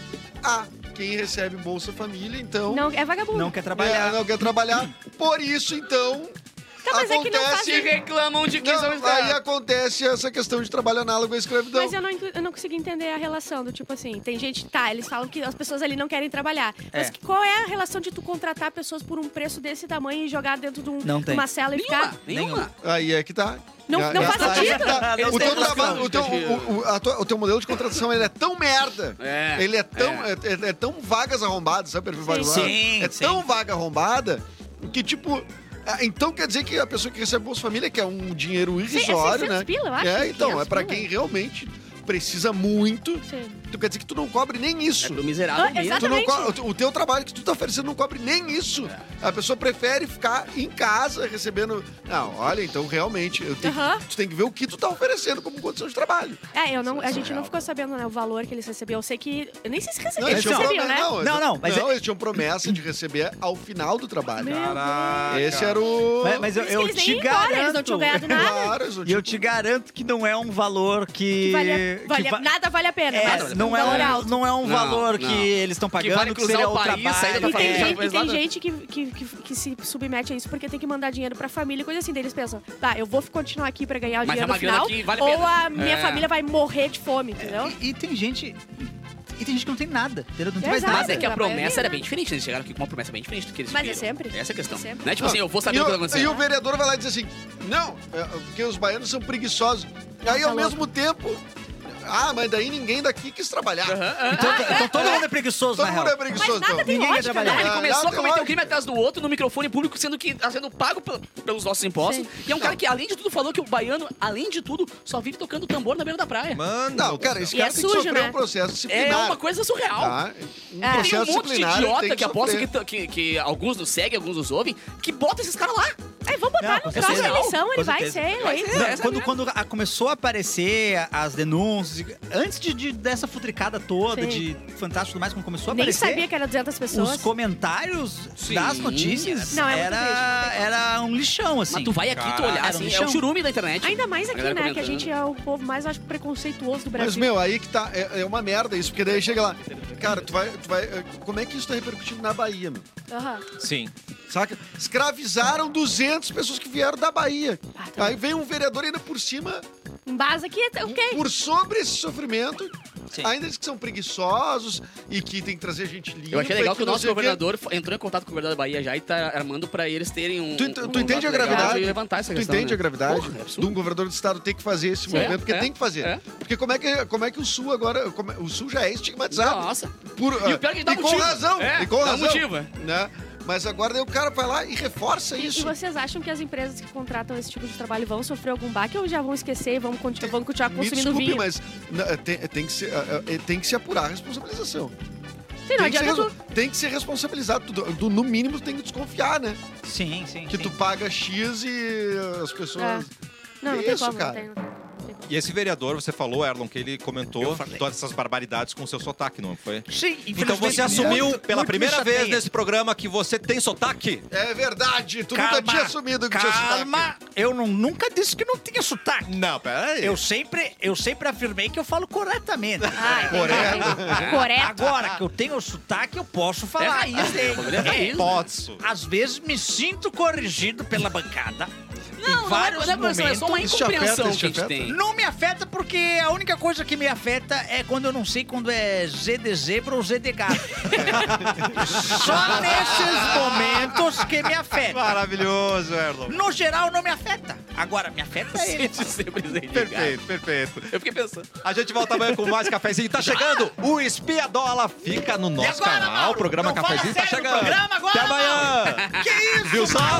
Speaker 5: ah, quem recebe Bolsa Família, então.
Speaker 2: Não, é vagabundo.
Speaker 4: Não quer
Speaker 5: É,
Speaker 4: trabalhar.
Speaker 5: não quer trabalhar. Por isso, então.
Speaker 2: Tá, mas é que não
Speaker 5: acontece.
Speaker 2: faz-
Speaker 3: reclamam de
Speaker 5: Não, aí acontece essa questão de trabalho análogo à
Speaker 4: então.
Speaker 5: escravidão.
Speaker 2: Mas eu não, entu- eu não consegui entender a relação do tipo assim, tem gente, tá, eles falam que as pessoas ali não querem trabalhar. Mas
Speaker 4: É.
Speaker 2: que- qual é a relação de tu contratar pessoas por um preço desse tamanho e jogar dentro de um,
Speaker 4: Não tem.
Speaker 2: uma cela e ficar.
Speaker 5: Tá,
Speaker 3: Nenhuma, nenhuma.
Speaker 5: Aí é que tá.
Speaker 2: Não-
Speaker 5: É-
Speaker 2: não
Speaker 5: é-
Speaker 2: faz
Speaker 5: aí é que
Speaker 2: sentido.
Speaker 5: tá.
Speaker 4: Não tem
Speaker 5: O teu trabalho, o teu,
Speaker 3: lógica
Speaker 5: o, o- a tua- o teu modelo de contratação ele é tão merda.
Speaker 3: É.
Speaker 5: Ele é tão, é. é- é tão vagas arrombadas, sabe? perfil
Speaker 2: Sim.
Speaker 5: vagabundo?
Speaker 4: Sim,
Speaker 5: é
Speaker 4: sim.
Speaker 5: tão vaga arrombada que, tipo. ah, Então quer dizer que a pessoa que recebe Bolsa Família, que é um dinheiro
Speaker 2: Sim, é
Speaker 5: irrisório,
Speaker 2: 600
Speaker 5: né?
Speaker 2: pila, eu acho,
Speaker 5: é, então, é
Speaker 2: 500
Speaker 5: pra
Speaker 2: pila.
Speaker 5: quem realmente precisa muito.
Speaker 2: Sim.
Speaker 5: Tu quer dizer que tu não cobre nem
Speaker 3: É
Speaker 5: isso.
Speaker 3: pro miserável
Speaker 2: Ah,
Speaker 3: mesmo.
Speaker 2: exato.
Speaker 5: Tu não co-
Speaker 2: Exatamente. É.
Speaker 5: o teu trabalho que tu tá oferecendo não cobre nem isso. A pessoa prefere ficar em casa recebendo. Não, olha, então realmente, eu tenho-
Speaker 2: Aham.
Speaker 5: tu tem que ver o que tu tá oferecendo como condição de trabalho.
Speaker 2: É, eu não, a gente não ficou sabendo né, o valor que eles recebiam. Eu sei que. Eu nem sei se recebiam,
Speaker 5: Não,
Speaker 2: eles
Speaker 5: eles tinham
Speaker 2: recebiam,
Speaker 5: promessa.
Speaker 2: né?
Speaker 5: Não,
Speaker 4: Não, não, mas
Speaker 5: não, eles tinham promessa de receber ao final do trabalho.
Speaker 2: Meu
Speaker 1: Caraca.
Speaker 5: Esse era o.
Speaker 4: Mas, mas eu,
Speaker 2: Por isso
Speaker 4: eu
Speaker 2: que eles
Speaker 4: te
Speaker 2: nem iam embora,
Speaker 4: garanto.
Speaker 2: eles não tinham ganhado nada.
Speaker 5: Claro, tipo, eles não
Speaker 4: E eu
Speaker 5: tinham-
Speaker 4: te garanto que não é um valor que.
Speaker 2: Que vale, vale,
Speaker 4: que va-
Speaker 2: nada vale a pena.
Speaker 4: É,
Speaker 2: mas
Speaker 4: não,
Speaker 2: um valor
Speaker 4: é um,
Speaker 2: alto.
Speaker 4: não é um
Speaker 3: Não,
Speaker 4: valor
Speaker 3: não.
Speaker 4: que eles estão pagando,
Speaker 3: vale cruzar
Speaker 4: seria
Speaker 3: o
Speaker 4: o
Speaker 3: país, sair da
Speaker 4: trabalho.
Speaker 2: E tem,
Speaker 4: é.
Speaker 2: gente,
Speaker 3: família.
Speaker 2: e tem
Speaker 3: Exato.
Speaker 2: gente que, que, que, que se submete a isso porque tem que mandar dinheiro pra família e coisa assim. Daí eles pensam, tá, eu vou continuar aqui pra ganhar o
Speaker 3: Mas é
Speaker 2: dinheiro
Speaker 3: uma
Speaker 2: no
Speaker 3: grana
Speaker 2: final.
Speaker 3: que vale a
Speaker 2: ou
Speaker 3: pena.
Speaker 2: a minha
Speaker 3: É.
Speaker 2: família vai morrer de fome, entendeu?
Speaker 4: E, e tem gente. E tem gente que não tem nada, entendeu? Não tem mais
Speaker 2: Exato.
Speaker 4: nada.
Speaker 3: Mas é que a
Speaker 2: Exato. Tá
Speaker 3: promessa era bem diferente, eles chegaram aqui com uma promessa bem diferente do que eles
Speaker 2: Mas é
Speaker 3: viram.
Speaker 2: sempre.
Speaker 3: Essa é a questão.
Speaker 2: É sempre.
Speaker 3: Não é tipo assim, eu vou saber
Speaker 5: e
Speaker 3: o que vai
Speaker 5: E
Speaker 3: acontecer.
Speaker 5: o vereador vai lá e diz assim: não, é, porque os baianos são preguiçosos.
Speaker 2: Tá
Speaker 5: Aí, ao mesmo tempo. Ah, mas daí ninguém daqui quis trabalhar.
Speaker 4: Então,
Speaker 2: Ah,
Speaker 4: então todo mundo é preguiçoso,
Speaker 5: Todo
Speaker 4: na
Speaker 5: mundo
Speaker 4: real.
Speaker 5: é preguiçoso.
Speaker 2: Mas nada
Speaker 5: então.
Speaker 2: tem
Speaker 4: Ninguém quer
Speaker 2: lógica,
Speaker 4: trabalhar.
Speaker 2: né?
Speaker 3: Ele
Speaker 5: Ah,
Speaker 3: começou
Speaker 5: lá
Speaker 3: a
Speaker 5: tem
Speaker 3: cometer um
Speaker 5: lógica.
Speaker 3: crime atrás do outro no microfone público, sendo que tá sendo pago pe- pelos nossos impostos. E é um cara que, além de tudo, falou que o baiano, além de tudo, só vive tocando tambor na beira da praia.
Speaker 1: Mano,
Speaker 5: Não, cara, esse
Speaker 2: E
Speaker 5: cara
Speaker 2: é
Speaker 5: tem
Speaker 2: sujo,
Speaker 5: que sofrer
Speaker 2: né?
Speaker 5: um processo disciplinar.
Speaker 3: É uma coisa surreal.
Speaker 5: tá? Um
Speaker 2: É.
Speaker 3: Tem um
Speaker 5: processo
Speaker 3: monte de
Speaker 5: disciplinar. ele
Speaker 3: idiota
Speaker 5: tem
Speaker 3: que aposta que,
Speaker 5: sofrer.
Speaker 3: t- que, que alguns nos seguem, alguns nos ouvem, que bota esses caras lá.
Speaker 2: É, vamos botar
Speaker 4: Não,
Speaker 2: no
Speaker 4: com
Speaker 2: próximo
Speaker 3: certeza.
Speaker 2: eleição, ele
Speaker 4: Com
Speaker 2: vai ser
Speaker 4: certeza.
Speaker 2: eleito.
Speaker 4: Não, Né? quando quando a- começou a aparecer a- as denúncias, antes de, de- dessa futricada toda,
Speaker 2: Sim.
Speaker 4: de fantástico e tudo mais, quando começou a
Speaker 2: Nem
Speaker 4: aparecer,
Speaker 2: sabia que era 200 pessoas.
Speaker 4: os comentários
Speaker 3: Sim.
Speaker 4: das notícias
Speaker 2: Não, é muito
Speaker 4: era, era um lixão, assim.
Speaker 3: Mas tu vai aqui, tu olhar,
Speaker 4: Caralho,
Speaker 3: assim,
Speaker 4: no
Speaker 3: é o
Speaker 4: chão.
Speaker 3: churume da internet.
Speaker 2: Ainda mais aqui,
Speaker 3: Galera
Speaker 2: né? Que a
Speaker 3: comentando.
Speaker 2: gente é o povo mais, acho, preconceituoso do
Speaker 5: Mas,
Speaker 2: Brasil.
Speaker 5: meu, aí que tá. É, é uma merda isso, porque daí chega lá. Cara, tu vai, tu vai. eh, Como é que isso tá repercutindo na Bahia, meu?
Speaker 2: Aham.
Speaker 1: Sim.
Speaker 5: Saca? Escravizaram 200 pessoas que vieram da Bahia.
Speaker 2: Ah, tá
Speaker 5: Aí vem um vereador ainda por cima,
Speaker 2: Em base aqui, tá ok.
Speaker 5: por sobre esse sofrimento.
Speaker 4: Sim.
Speaker 5: Ainda diz que são preguiçosos e que tem que trazer gente limpa.
Speaker 3: Eu achei legal
Speaker 5: e
Speaker 3: que o
Speaker 5: não
Speaker 3: nosso
Speaker 5: sei quê.
Speaker 3: governador fo- entrou em contato com o governador da Bahia já e tá armando pra eles terem um.
Speaker 5: Tu ent-
Speaker 3: um
Speaker 5: tu entende
Speaker 3: contato
Speaker 5: a
Speaker 3: legal
Speaker 5: gravidade?
Speaker 3: de levantar essa
Speaker 5: Tu
Speaker 3: questão,
Speaker 5: entende
Speaker 3: né?
Speaker 5: a gravidade
Speaker 3: Porra, é
Speaker 5: de
Speaker 3: absurdo.
Speaker 5: um governador do estado ter que fazer esse movimento, porque
Speaker 3: é,
Speaker 5: tem que fazer.
Speaker 3: é.
Speaker 5: Porque como é que, como é que o Sul agora. como é- o Sul já é estigmatizado.
Speaker 3: Nossa.
Speaker 5: Por,
Speaker 3: E o pior é que dá
Speaker 5: Ah, e com
Speaker 3: motivo.
Speaker 5: razão.
Speaker 3: É,
Speaker 5: e com
Speaker 3: dá
Speaker 5: razão.
Speaker 3: motivo, é.
Speaker 5: né? Mas agora daí o cara vai lá e reforça
Speaker 2: E- E
Speaker 5: é
Speaker 3: tá
Speaker 5: isso.
Speaker 2: vocês acham que as empresas que contratam esse tipo de trabalho vão sofrer algum baque ou já vão esquecer e vão continuar, vão continuar
Speaker 5: Me
Speaker 2: consumindo
Speaker 5: desculpe,
Speaker 2: vinho?
Speaker 5: mas na- tem, tem que se, ah, ah, tem que se apurar a responsabilização.
Speaker 2: Sim, não
Speaker 5: tem, que ser,
Speaker 2: adianta tu...
Speaker 5: respo- tem que ser responsabilizado. Tu- do- do- no mínimo, tu tem que desconfiar, né?
Speaker 4: Sim, sim.
Speaker 5: Que
Speaker 4: sim.
Speaker 5: tu paga X e as pessoas.
Speaker 2: Não, não
Speaker 5: Que
Speaker 2: tem
Speaker 3: É.
Speaker 5: isso,
Speaker 2: como, não
Speaker 5: cara?
Speaker 2: tem, não tem como.
Speaker 1: E esse vereador, você falou, Erlon, que ele comentou
Speaker 4: Eu falei.
Speaker 1: todas essas barbaridades com seu sotaque, não foi?
Speaker 4: Sim,
Speaker 1: Então
Speaker 4: infelizmente, né?
Speaker 1: você assumiu
Speaker 4: muito-
Speaker 1: pela
Speaker 4: muito me
Speaker 1: primeira vez
Speaker 5: né?
Speaker 4: chateia.
Speaker 1: nesse programa que você tem sotaque?
Speaker 5: É verdade, tu
Speaker 4: Calma,
Speaker 5: nunca tinha assumido que tinha sotaque.
Speaker 4: calma. Eu não, nunca disse que não tinha sotaque.
Speaker 1: Não, peraí.
Speaker 4: Eu sempre, eu sempre afirmei que eu falo corretamente. É.
Speaker 2: Ah,
Speaker 5: Coreto.
Speaker 2: entendi. Coreto.
Speaker 4: Agora que eu tenho sotaque, eu posso
Speaker 3: É
Speaker 4: falar.
Speaker 3: raiz, né? O bagulho é raiz. né?
Speaker 1: Posso.
Speaker 4: Às vezes me sinto corrigido pela bancada.
Speaker 3: Não, não é,
Speaker 4: vários
Speaker 3: não é, pressão, é só uma
Speaker 5: momentos- Isso te afeta,
Speaker 3: incompreensão
Speaker 5: isso
Speaker 3: que a
Speaker 5: te
Speaker 3: gente
Speaker 5: afeta?
Speaker 3: tem.
Speaker 4: Não me afeta porque a única coisa que me afeta é quando eu não sei quando é Z de zebra ou Z de gato. Só nesses momentos que me afeta.
Speaker 1: Maravilhoso, Erlon.
Speaker 4: No geral, não me afeta. Agora, me afeta ele.
Speaker 3: Sente é sempre desenho.
Speaker 1: Perfeito, perfeito.
Speaker 3: Eu fiquei pensando.
Speaker 1: A gente volta amanhã com mais cafezinho. Tá chegando o Espiadola. Fica no
Speaker 4: E
Speaker 1: nosso
Speaker 4: agora,
Speaker 1: canal.
Speaker 4: Mauro?
Speaker 1: o programa
Speaker 4: Não fala
Speaker 1: Cafezinho tá
Speaker 4: sério do
Speaker 1: chegando.
Speaker 4: programa agora,
Speaker 1: Até amanhã.
Speaker 4: Que isso?
Speaker 1: Viu só?